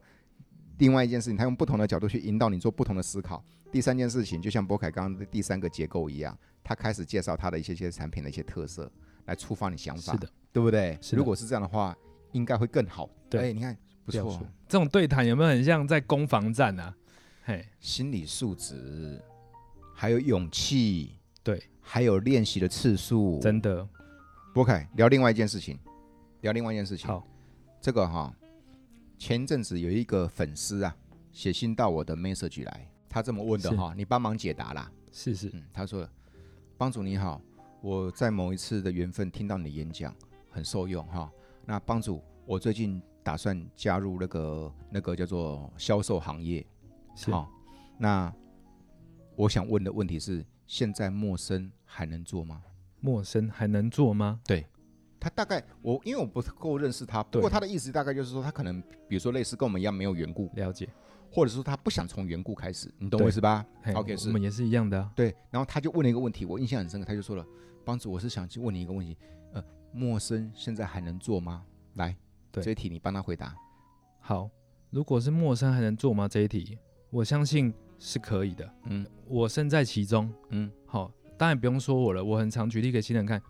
Speaker 1: 另外一件事情，他用不同的角度去引导你做不同的思考。第三件事情，就像博凯刚刚的第三个结构一样，他开始介绍他的一些些产品的一些特色，来触发你想法，
Speaker 2: 是的，
Speaker 1: 对不对？
Speaker 2: 是的
Speaker 1: 如果是这样的话，应该会更好。
Speaker 2: 对
Speaker 1: 哎，你看不
Speaker 2: 要
Speaker 1: 错
Speaker 2: 说，这种对谈有没有很像在攻防战啊？嘿，
Speaker 1: 心理素质，还有勇气，
Speaker 2: 对，
Speaker 1: 还有练习的次数。
Speaker 2: 真的
Speaker 1: 博凯聊另外一件事情，聊另外一件事情。
Speaker 2: 好。
Speaker 1: 这个哈，前一阵子有一个粉丝啊，写信到我的 message 来，他这么问的哈，你帮忙解答啦。
Speaker 2: 是是，
Speaker 1: 嗯，他说，帮主你好，我在某一次的缘分听到你的演讲，很受用哈。那帮主，我最近打算加入那个那个叫做销售行业，
Speaker 2: 是
Speaker 1: 好、那我想问的问题是，现在陌生还能做吗？
Speaker 2: 陌生还能做吗？
Speaker 1: 他大概我因为我不够认识他，不
Speaker 2: 对
Speaker 1: 过他的意思大概就是说，他可能比如说类似跟我们一样没有缘故，
Speaker 2: 了解
Speaker 1: 或者说他不想从缘故开始，你懂
Speaker 2: 对
Speaker 1: 我意思吧
Speaker 2: 嘿
Speaker 1: ？OK，
Speaker 2: 我
Speaker 1: 是
Speaker 2: 们也是一样的、啊。
Speaker 1: 对。然后他就问了一个问题，我印象很深刻，他就说了：“帮主，我是想去问你一个问题，呃，陌生现在还能做吗？”来，
Speaker 2: 对
Speaker 1: 这一题你帮他回答。
Speaker 2: 好，如果是陌生还能做吗？这一题，我相信是可以的。
Speaker 1: 嗯
Speaker 2: 我身在其中，
Speaker 1: 嗯
Speaker 2: 好、当然不用说我了，我很常举例给新人看，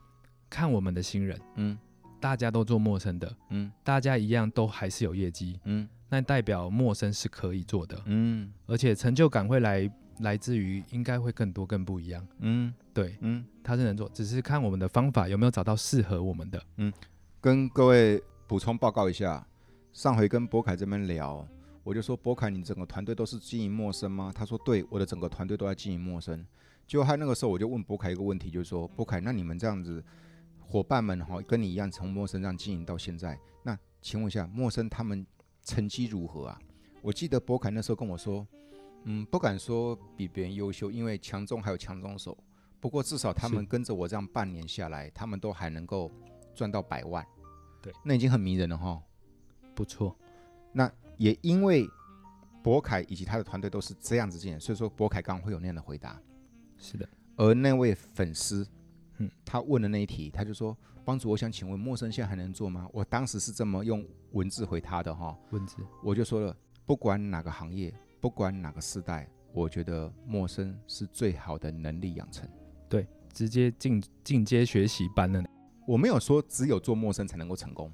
Speaker 2: 看我们的新人，
Speaker 1: 嗯
Speaker 2: 大家都做陌生的，
Speaker 1: 嗯
Speaker 2: 大家一样都还是有业绩，
Speaker 1: 嗯
Speaker 2: 那代表陌生是可以做的，
Speaker 1: 嗯
Speaker 2: 而且成就感会来来自于应该会更多更不一样。
Speaker 1: 嗯
Speaker 2: 对，
Speaker 1: 嗯，
Speaker 2: 他是能做，只是看我们的方法有没有找到适合我们的。
Speaker 1: 跟各位补充报告一下，上回跟博凯这边聊，我就说博凯，你整个团队都是经营陌生吗？他说对，我的整个团队都在经营陌生。就他那个时候，我就问博凯一个问题，就是说博凯，那你们这样子，伙伴们哈、跟你一样从陌生这样经营到现在，那请问一下，陌生他们成绩如何啊？我记得博凯那时候跟我说，嗯，不敢说比别人优秀，因为强中还有强中手。不过至少他们
Speaker 2: 是
Speaker 1: 跟着我这样半年下来，他们都还能够赚到百万，
Speaker 2: 对，
Speaker 1: 那已经很迷人了哈。
Speaker 2: 不错，
Speaker 1: 也因为博凯以及他的团队都是这样子进来，所以说博凯刚刚会有那样的回答。
Speaker 2: 是的，
Speaker 1: 而那位粉丝，
Speaker 2: 嗯
Speaker 1: 他问的那一题，他就说：“帮主，我想请问，陌生现在还能做吗？”我当时是这么用文字回他的哈，
Speaker 2: 文字
Speaker 1: 我就说了，不管哪个行业，不管哪个时代，我觉得陌生是最好的能力养成。
Speaker 2: 直接进进阶学习班了。
Speaker 1: 我没有说只有做陌生才能够成功，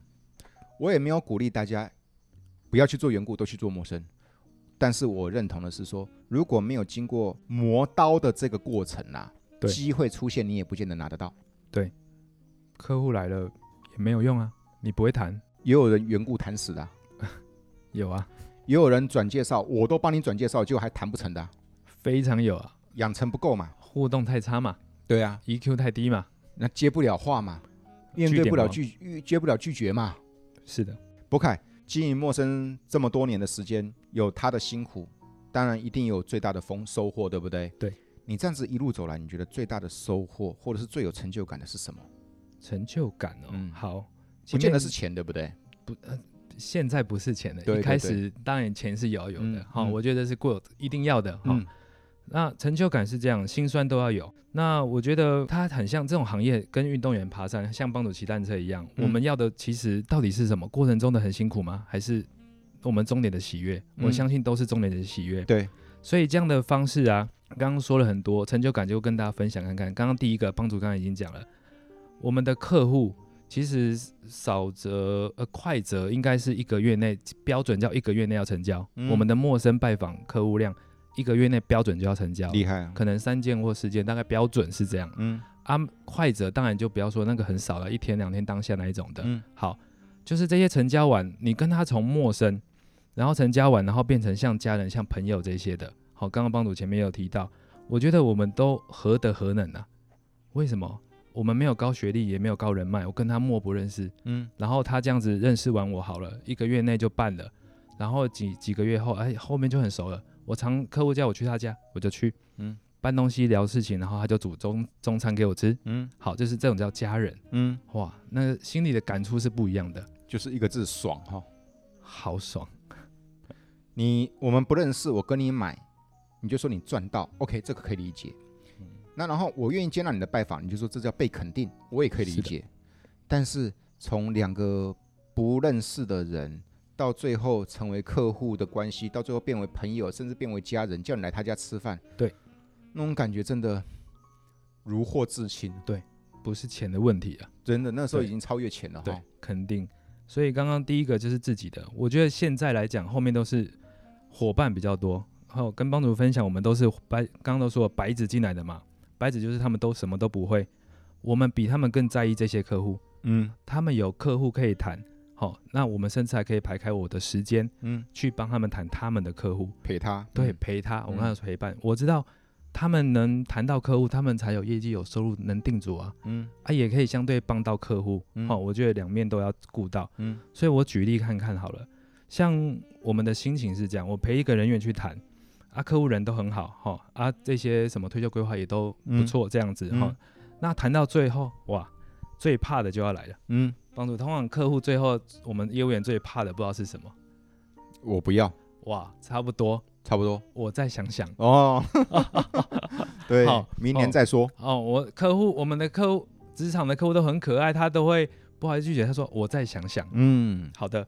Speaker 1: 我也没有鼓励大家不要去做缘故，都去做陌生。但是我认同的是说，如果没有经过磨刀的这个过程啊，
Speaker 2: 对
Speaker 1: 机会出现你也不见得拿得到。
Speaker 2: 客户来了也没有用啊，你不会谈，
Speaker 1: 也有人缘故谈死的啊、
Speaker 2: 有啊，
Speaker 1: 也有人转介绍，我都帮你转介绍，结果还谈不成的啊、
Speaker 2: 非常有啊，
Speaker 1: 养成不够嘛。
Speaker 2: 互动太差嘛
Speaker 1: 对啊，
Speaker 2: ，EQ 太低嘛，
Speaker 1: 那接不了话嘛，面对不了
Speaker 2: 据
Speaker 1: 拒，拒接不了拒绝嘛。
Speaker 2: 是的，
Speaker 1: 博凯经营陌生这么多年的时间，有他的辛苦，当然一定有最大的丰收获，对不对？
Speaker 2: 对。
Speaker 1: 你这样子一路走来，你觉得最大的收获，或者是最有成就感的是什么？
Speaker 2: 成就感哦，
Speaker 1: 嗯
Speaker 2: 好，
Speaker 1: 不
Speaker 2: 前
Speaker 1: 见
Speaker 2: 面
Speaker 1: 得是钱，对不对？
Speaker 2: 现在不是钱的，
Speaker 1: 对对
Speaker 2: 一开始当然钱是要有的，
Speaker 1: 嗯
Speaker 2: 好、
Speaker 1: 嗯
Speaker 2: 我觉得是过一定要的，好、
Speaker 1: 嗯
Speaker 2: 那成就感是这样，心酸都要有。那我觉得它很像这种行业，跟运动员爬山，像帮主骑单车一样，
Speaker 1: 嗯
Speaker 2: 我们要的其实到底是什么？过程中的很辛苦吗？还是我们终点的喜悦？
Speaker 1: 嗯
Speaker 2: 我相信都是终点的喜悦。
Speaker 1: 对，
Speaker 2: 所以这样的方式啊，刚刚说了很多成就感，就跟大家分享看看。刚刚第一个帮主刚刚已经讲了，我们的客户其实少则呃快则应该是一个月内标准叫一个月内要成交，
Speaker 1: 嗯
Speaker 2: 我们的陌生拜访客户量一个月内标准就要成交，
Speaker 1: 厉害啊！
Speaker 2: 可能三件或四件，大概标准是这样。
Speaker 1: 嗯
Speaker 2: 啊，快则当然就不要说那个很少了，一天两天当下那一种的。
Speaker 1: 嗯
Speaker 2: 好，就是这些成交完，你跟他从陌生，然后成交完，然后变成像家人、像朋友这些的。好，刚刚帮主前面有提到，我觉得我们都何德何能啊？为什么我们没有高学历，也没有高人脉？我跟他默不认识，
Speaker 1: 嗯
Speaker 2: 然后他这样子认识完我好了，一个月内就办了，然后几几个月后，哎，后面就很熟了。我常客户叫我去他家，我就去，
Speaker 1: 嗯，
Speaker 2: 办东西聊事情，然后他就煮中中餐给我吃。
Speaker 1: 嗯
Speaker 2: 好，就是这种叫家人，
Speaker 1: 嗯，
Speaker 2: 哇，那个心里的感触是不一样的。
Speaker 1: 就是一个字爽哈、
Speaker 2: 好爽，
Speaker 1: 你我们不认识，我跟你买，你就说你赚到，OK，这个可以理解。
Speaker 2: 嗯
Speaker 1: 那然后我愿意接纳你的拜访，你就说这叫被肯定，我也可以理解。但是从两个不认识的人到最后成为客户的关系，到最后变为朋友，甚至变为家人，叫你来他家吃饭，
Speaker 2: 对，
Speaker 1: 那种感觉真的如获至亲，
Speaker 2: 不是钱的问题啊，
Speaker 1: 真的那时候已
Speaker 2: 对
Speaker 1: 经超越钱了哈。
Speaker 2: 肯定。所以刚刚第一个就是自己的，我觉得现在来讲，后面都是伙伴比较多。然后跟帮主分享，我们都是白，刚刚都说了白纸进来的嘛，白纸就是他们都什么都不会，我们比他们更在意这些客户，
Speaker 1: 嗯
Speaker 2: 他们有客户可以谈，好、那我们甚至还可以排开我的时间
Speaker 1: 嗯，
Speaker 2: 去帮他们谈他们的客户，
Speaker 1: 陪他，
Speaker 2: 对，
Speaker 1: 嗯
Speaker 2: 陪他，我们刚才说陪伴，我知道他们能谈到客户，他们才有业绩、有收入，能定主啊
Speaker 1: 嗯
Speaker 2: 啊，也可以相对帮到客户。
Speaker 1: 嗯
Speaker 2: 哦，我觉得两面都要顾到。
Speaker 1: 嗯
Speaker 2: 所以我举例看看好了，像我们的心情是这样，我陪一个人员去谈，啊，客户人都很好哈、啊，这些什么退休规划也都不错，这样子哈、
Speaker 1: 嗯
Speaker 2: 齁那谈到最后，哇，最怕的就要来了。
Speaker 1: 嗯，
Speaker 2: 帮助通往客户最后，我们业务员最怕的不知道是什么，
Speaker 1: 我不要，
Speaker 2: 哇，差不多，
Speaker 1: 差不多
Speaker 2: 我再想想。
Speaker 1: 哦。对
Speaker 2: 好，
Speaker 1: 明年再说。
Speaker 2: 哦，我客户，我们的客户，职场的客户都很可爱，他都会不好意思拒绝，他说我再想想。
Speaker 1: 嗯，
Speaker 2: 好的，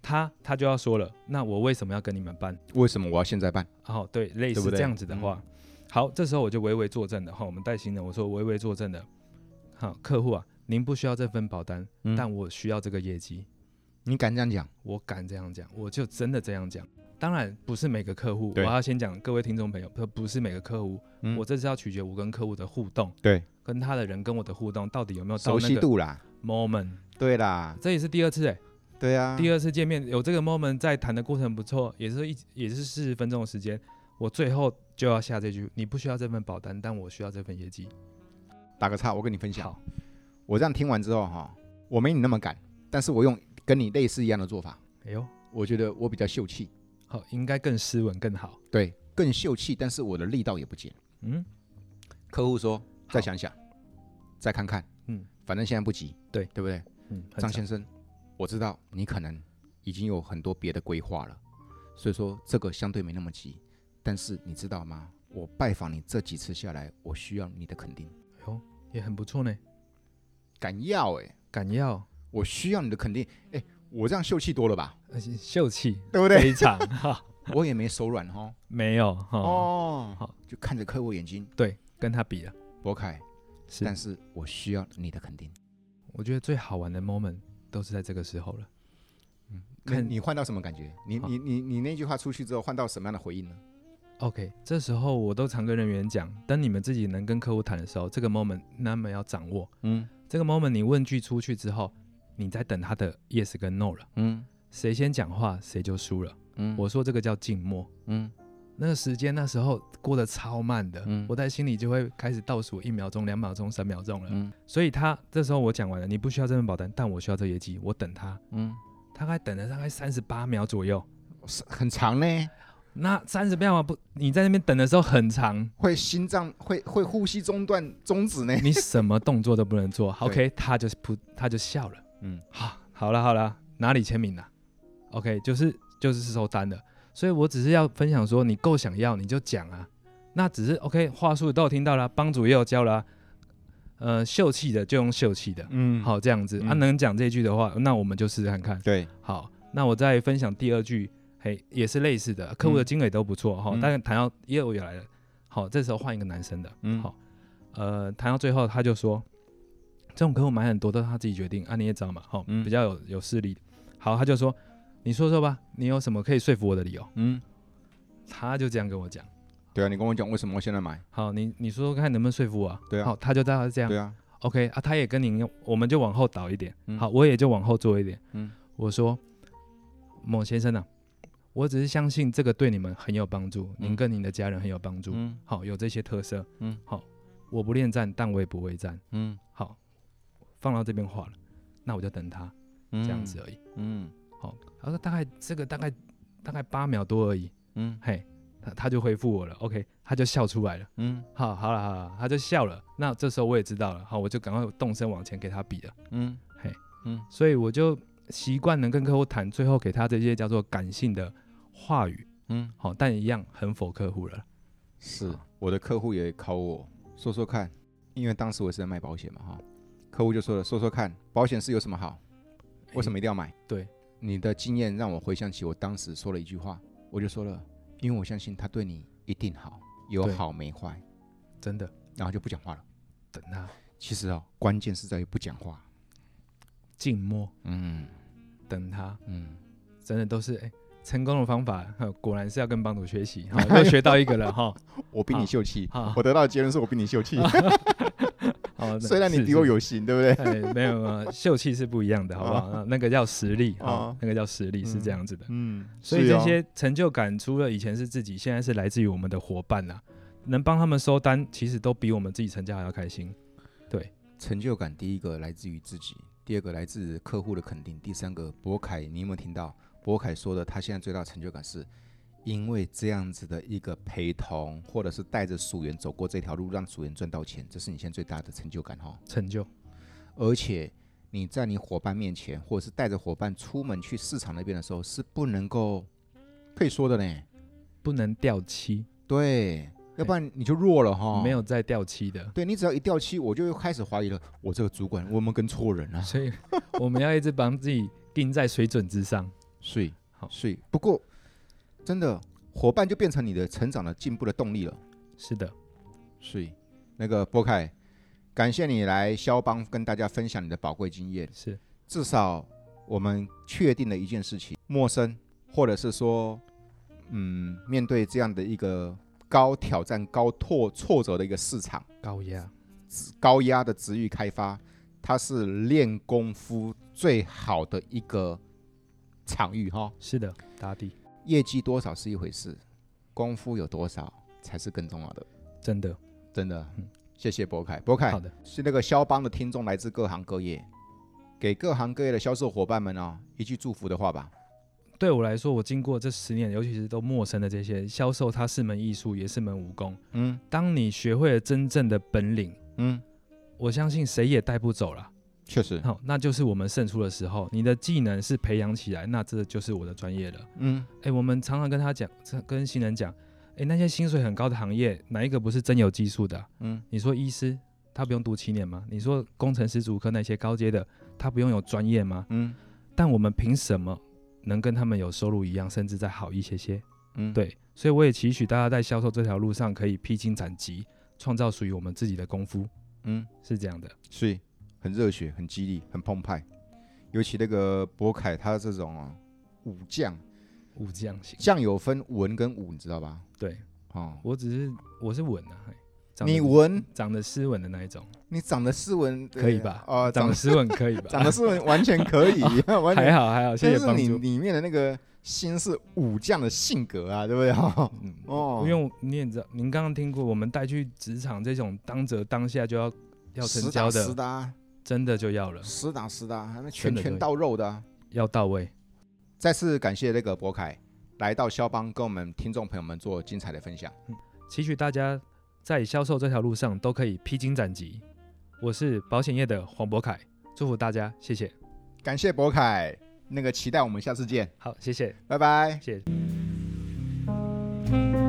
Speaker 2: 他他就要说了，那我为什么要跟你们办？
Speaker 1: 为什么我要现在办？
Speaker 2: 哦，对，类
Speaker 1: 对不嗯
Speaker 2: 似
Speaker 1: 对
Speaker 2: 这样子的话，好，这时候我就唯唯作证的哈、我们带新人，我说唯唯作证的，好，客户啊，您不需要这份保单，
Speaker 1: 嗯
Speaker 2: 但我需要这个业绩，
Speaker 1: 你敢这样讲？
Speaker 2: 我敢这样讲，我就真的这样讲。当然不是每个客户，我
Speaker 1: 对
Speaker 2: 要先讲各位听众朋友，不不是每个客户，
Speaker 1: 嗯
Speaker 2: 我这是要取决我跟客户的互动，
Speaker 1: 对，
Speaker 2: 跟他的人跟我的互动到底有没有到
Speaker 1: 熟悉
Speaker 2: 那个
Speaker 1: 度啦，
Speaker 2: moment。
Speaker 1: 对啦，
Speaker 2: 这也是第二次哎、
Speaker 1: 对啊，
Speaker 2: 第二次见面有这个 moment 在谈的过程不错，也是一也是四十分钟的时间，我最后就要下这句：你不需要这份保单，但我需要这份业绩。
Speaker 1: 打个岔，我跟你分享，
Speaker 2: 好，
Speaker 1: 我这样听完之后哈，我没你那么敢，但是我用跟你类似一样的做法，
Speaker 2: 哎呦，
Speaker 1: 我觉得我比较秀气，
Speaker 2: 好，应该更斯文更好。
Speaker 1: 对，更秀气，但是我的力道也不减。
Speaker 2: 嗯，
Speaker 1: 客户说
Speaker 2: 好
Speaker 1: 再想想，再看看，
Speaker 2: 嗯，
Speaker 1: 反正现在不急，
Speaker 2: 对
Speaker 1: 对不对？
Speaker 2: 嗯，很
Speaker 1: 张
Speaker 2: 长
Speaker 1: 先生，我知道你可能已经有很多别的规划了，所以说这个相对没那么急。但是你知道吗？我拜访你这几次下来，我需要你的肯定，
Speaker 2: 哎呦，也很不错呢，
Speaker 1: 敢要哎、
Speaker 2: 敢要，
Speaker 1: 我需要你的肯定，哎、我这样秀气多了吧？
Speaker 2: 呃秀气，
Speaker 1: 对不对？
Speaker 2: 非常哈，
Speaker 1: 我也没手软哈。
Speaker 2: 没有哈，
Speaker 1: 哦
Speaker 2: 好，
Speaker 1: 就看着客户眼睛，
Speaker 2: 对，跟他比了，
Speaker 1: 博凯，
Speaker 2: 是
Speaker 1: 但是我需要你的肯定。
Speaker 2: 我觉得最好玩的 moment 都是在这个时候了。嗯看
Speaker 1: 你你换到什么感觉？你
Speaker 2: 好
Speaker 1: 你你你那句话出去之后，换到什么样的回应呢？
Speaker 2: OK，这时候我都常跟人员讲，当你们自己能跟客户谈的时候，这个 moment 那么要掌握。
Speaker 1: 嗯
Speaker 2: 这个 moment 你问句出去之后，你在等他的 yes 跟 no 了，
Speaker 1: 嗯
Speaker 2: 谁先讲话谁就输了。
Speaker 1: 嗯
Speaker 2: 我说这个叫静默。
Speaker 1: 嗯
Speaker 2: 那个时间那时候过得超慢的，
Speaker 1: 嗯
Speaker 2: 我在心里就会开始倒数一秒钟、两秒钟、三秒钟了。
Speaker 1: 嗯
Speaker 2: 所以他这时候我讲完了，你不需要这份保单，但我需要这业绩，我等他，
Speaker 1: 嗯，
Speaker 2: 大概等了大概三十八秒左右。
Speaker 1: 是很长呢，
Speaker 2: 那三十八秒不，你在那边等的时候很长，
Speaker 1: 会心脏会会呼吸中断终止呢。
Speaker 2: 你什么动作都不能做。OK，他就是不，他就笑了。
Speaker 1: 嗯，
Speaker 2: 好，好了好了，哪里签名了、OK，就是就是收单的。所以我只是要分享说，你够想要你就讲啊。那只是 OK，话术都有听到啦，帮主也有教啦、呃，秀气的就用秀气的，
Speaker 1: 嗯，
Speaker 2: 好这样子、啊。
Speaker 1: 嗯
Speaker 2: 能讲这句的话，那我们就试试看看。
Speaker 1: 对，
Speaker 2: 好，那我再分享第二句，嘿，也是类似的，客户的
Speaker 1: 嗯
Speaker 2: 经理都不错哈、
Speaker 1: 嗯
Speaker 2: 但是谈到业务也来了，好，这时候换一个男生的，
Speaker 1: 嗯
Speaker 2: 好，呃，谈到最后他就说，这种客户买很多都是他自己决定，啊，你也知道嘛，好、
Speaker 1: 嗯
Speaker 2: 比较有有势力。好，他就说，你说说吧，你有什么可以说服我的理由？
Speaker 1: 嗯，
Speaker 2: 他就这样跟我讲，
Speaker 1: 对啊，你跟我讲为什么我现在买？
Speaker 2: 好，你你说说看能不能说服我、啊？
Speaker 1: 对啊
Speaker 2: 好，他就大概是这样
Speaker 1: 对啊，
Speaker 2: ，OK 啊，他也跟您，我们就往后倒一点，
Speaker 1: 嗯
Speaker 2: 好，我也就往后坐一点，
Speaker 1: 嗯
Speaker 2: 我说，某先生啊，我只是相信这个对你们很有帮助，您
Speaker 1: 嗯
Speaker 2: 跟您的家人很有帮助。
Speaker 1: 嗯
Speaker 2: 好，有这些特色。
Speaker 1: 嗯，
Speaker 2: 好，我不恋战，但我也不畏战。
Speaker 1: 嗯，
Speaker 2: 好，放到这边话了，那我就等他
Speaker 1: 这
Speaker 2: 这样子，而已。
Speaker 1: 嗯
Speaker 2: 好，他说大概这个大概大概八秒多而已，
Speaker 1: 嗯
Speaker 2: 嘿，他他就回复我了，OK，他就笑出来了。
Speaker 1: 嗯
Speaker 2: 好，好了好了，他就笑了。那这时候我也知道了，好，我就赶快动身往前给他比了。
Speaker 1: 嗯
Speaker 2: 嘿，
Speaker 1: 嗯
Speaker 2: 所以我就习惯能跟客户谈，最后给他这些叫做感性的话语，
Speaker 1: 嗯，
Speaker 2: 好，但一样很否客户了。
Speaker 1: 是
Speaker 2: 好
Speaker 1: 我的客户也考我说说看，因为当时我也是在卖保险嘛哈，客户就说了说说看，保险是有什么好？为什么一定要买？
Speaker 2: 对，
Speaker 1: 你的经验让我回想起我当时说了一句话，我就说了，因为我相信他对你一定好，有
Speaker 2: 对
Speaker 1: 好没坏，
Speaker 2: 真的
Speaker 1: 然后就不讲话了。
Speaker 2: 等他
Speaker 1: 其实哦，关键是在于不讲话。
Speaker 2: 静默，
Speaker 1: 嗯
Speaker 2: 等他，
Speaker 1: 嗯，
Speaker 2: 真的都是哎、成功的方法，哼果然是要跟帮主学习， 哈，又学到一个了哈。
Speaker 1: 我比
Speaker 2: 好
Speaker 1: 你秀气
Speaker 2: 好，
Speaker 1: 我得到的结论是我比你秀气，
Speaker 2: 哦，
Speaker 1: 虽然你比我
Speaker 2: 有，
Speaker 1: 有型，对不对？
Speaker 2: 哎，没有没有，秀气是不一样的，好不好？那个叫实力，哈
Speaker 1: 哦，
Speaker 2: 那个叫实力是
Speaker 1: 嗯
Speaker 2: 这样子的。
Speaker 1: 嗯，
Speaker 2: 所以
Speaker 1: 是
Speaker 2: 这
Speaker 1: 哦
Speaker 2: 些成就感，除了以前是自己，现在是来自于我们的伙伴呐、啊能帮他们收单，其实都比我们自己成家还要开心。
Speaker 1: 成就感第一个来自于自己，第二个来自客户的肯定，第三个，博凯，你有没有听到？博凯说的，他现在最大的成就感是，因为这样子的一个陪同，或者是带着属员走过这条路，让属员赚到钱，这是你现在最大的成就感哈、
Speaker 2: 成就
Speaker 1: 而且你在你伙伴面前，或者是带着伙伴出门去市场那边的时候，是不能够可以说的呢。
Speaker 2: 不能掉漆，
Speaker 1: 对，要不然你就弱了哈。
Speaker 2: 哎没有再掉漆的。
Speaker 1: 对你只要一掉漆，我就又开始怀疑了，我这个主管我有没有跟错人啊？
Speaker 2: 所以我们要一直帮自己定在水准之 上。
Speaker 1: 是，
Speaker 2: 好
Speaker 1: 是。不过真的，伙伴就变成你的成长的进步的动力了。
Speaker 2: 是的，
Speaker 1: 是，那个波凯，感谢你来肖邦跟大家分享你的宝贵经验。
Speaker 2: 是
Speaker 1: 至少我们确定了一件事情：陌生，或者是说，嗯，面对这样的一个高挑战、高挫挫折的一个市场，
Speaker 2: 高压。
Speaker 1: 高压的职域开发，它是练功夫最好的一个场域哈。
Speaker 2: 是的，打底，
Speaker 1: 业绩多少是一回事，功夫有多少才是更重要的。
Speaker 2: 真的。
Speaker 1: 真的
Speaker 2: 嗯，
Speaker 1: 谢谢博凯，博凯
Speaker 2: 好的，
Speaker 1: 是那个肖邦的听众，来自各行各业，给各行各业的销售伙伴们哦，一句祝福的话吧。
Speaker 2: 对我来说，我经过这十年，尤其是都陌生的这些销售，它是门艺术，也是门武功。
Speaker 1: 嗯
Speaker 2: 当你学会了真正的本领，
Speaker 1: 嗯，
Speaker 2: 我相信谁也带不走了。
Speaker 1: 确实，
Speaker 2: 好、那就是我们胜出的时候，你的技能是培养起来，那这就是我的专业了。
Speaker 1: 嗯，
Speaker 2: 哎，我们常常跟他讲，常跟新人讲，哎，那些薪水很高的行业，哪一个不是真有技术的啊？
Speaker 1: 嗯
Speaker 2: 你说医师，他不用读七年吗？你说工程师、主科那些高阶的，他不用有专业吗？
Speaker 1: 嗯
Speaker 2: 但我们凭什么能跟他们有收入一样，甚至再好一些些？
Speaker 1: 嗯，，
Speaker 2: 对，所以我也期许大家在销售这条路上可以披荆斩棘，创造属于我们自己的功夫，
Speaker 1: 嗯，
Speaker 2: 是这样的。
Speaker 1: 所以很热血，很激励，很澎湃。尤其那个博凯，他这种哦，武将，
Speaker 2: 武将型，
Speaker 1: 将有分文跟武，你知道吧？
Speaker 2: 对
Speaker 1: 哦，
Speaker 2: 我只是我是稳啊，嘿长得
Speaker 1: 你文，
Speaker 2: 长得斯文的那一种，
Speaker 1: 你长得斯文，对
Speaker 2: 可以吧？
Speaker 1: 哦，
Speaker 2: 长
Speaker 1: 长
Speaker 2: 得斯文可以吧？
Speaker 1: 长得斯文完全可 以，完全
Speaker 2: 还好还好，谢
Speaker 1: 但
Speaker 2: 谢
Speaker 1: 是
Speaker 2: 帮
Speaker 1: 你
Speaker 2: 助。
Speaker 1: 里面的那个心是武将的性格啊，对不对？哦
Speaker 2: 嗯，
Speaker 1: 哦
Speaker 2: 因为我你也知道，您刚刚听过，我们带去职场这种当责当下就要要成
Speaker 1: 实
Speaker 2: 交
Speaker 1: 打实
Speaker 2: 的，
Speaker 1: 的啊，
Speaker 2: 真的就要了，
Speaker 1: 实打实的啊，还没拳
Speaker 2: 真的
Speaker 1: 拳
Speaker 2: 对
Speaker 1: 到肉的啊。
Speaker 2: 要到位。
Speaker 1: 再次感谢那个博凯来到肖邦，跟我们听众朋友们做精彩的分享。
Speaker 2: 期许大家在销售这条路上都可以披荆斩棘。我是保险业的黄博凯，祝福大家，谢谢。
Speaker 1: 感谢博凯，那个期待我们下次见，
Speaker 2: 好，谢谢，
Speaker 1: 拜拜。
Speaker 2: 谢谢。
Speaker 3: Thank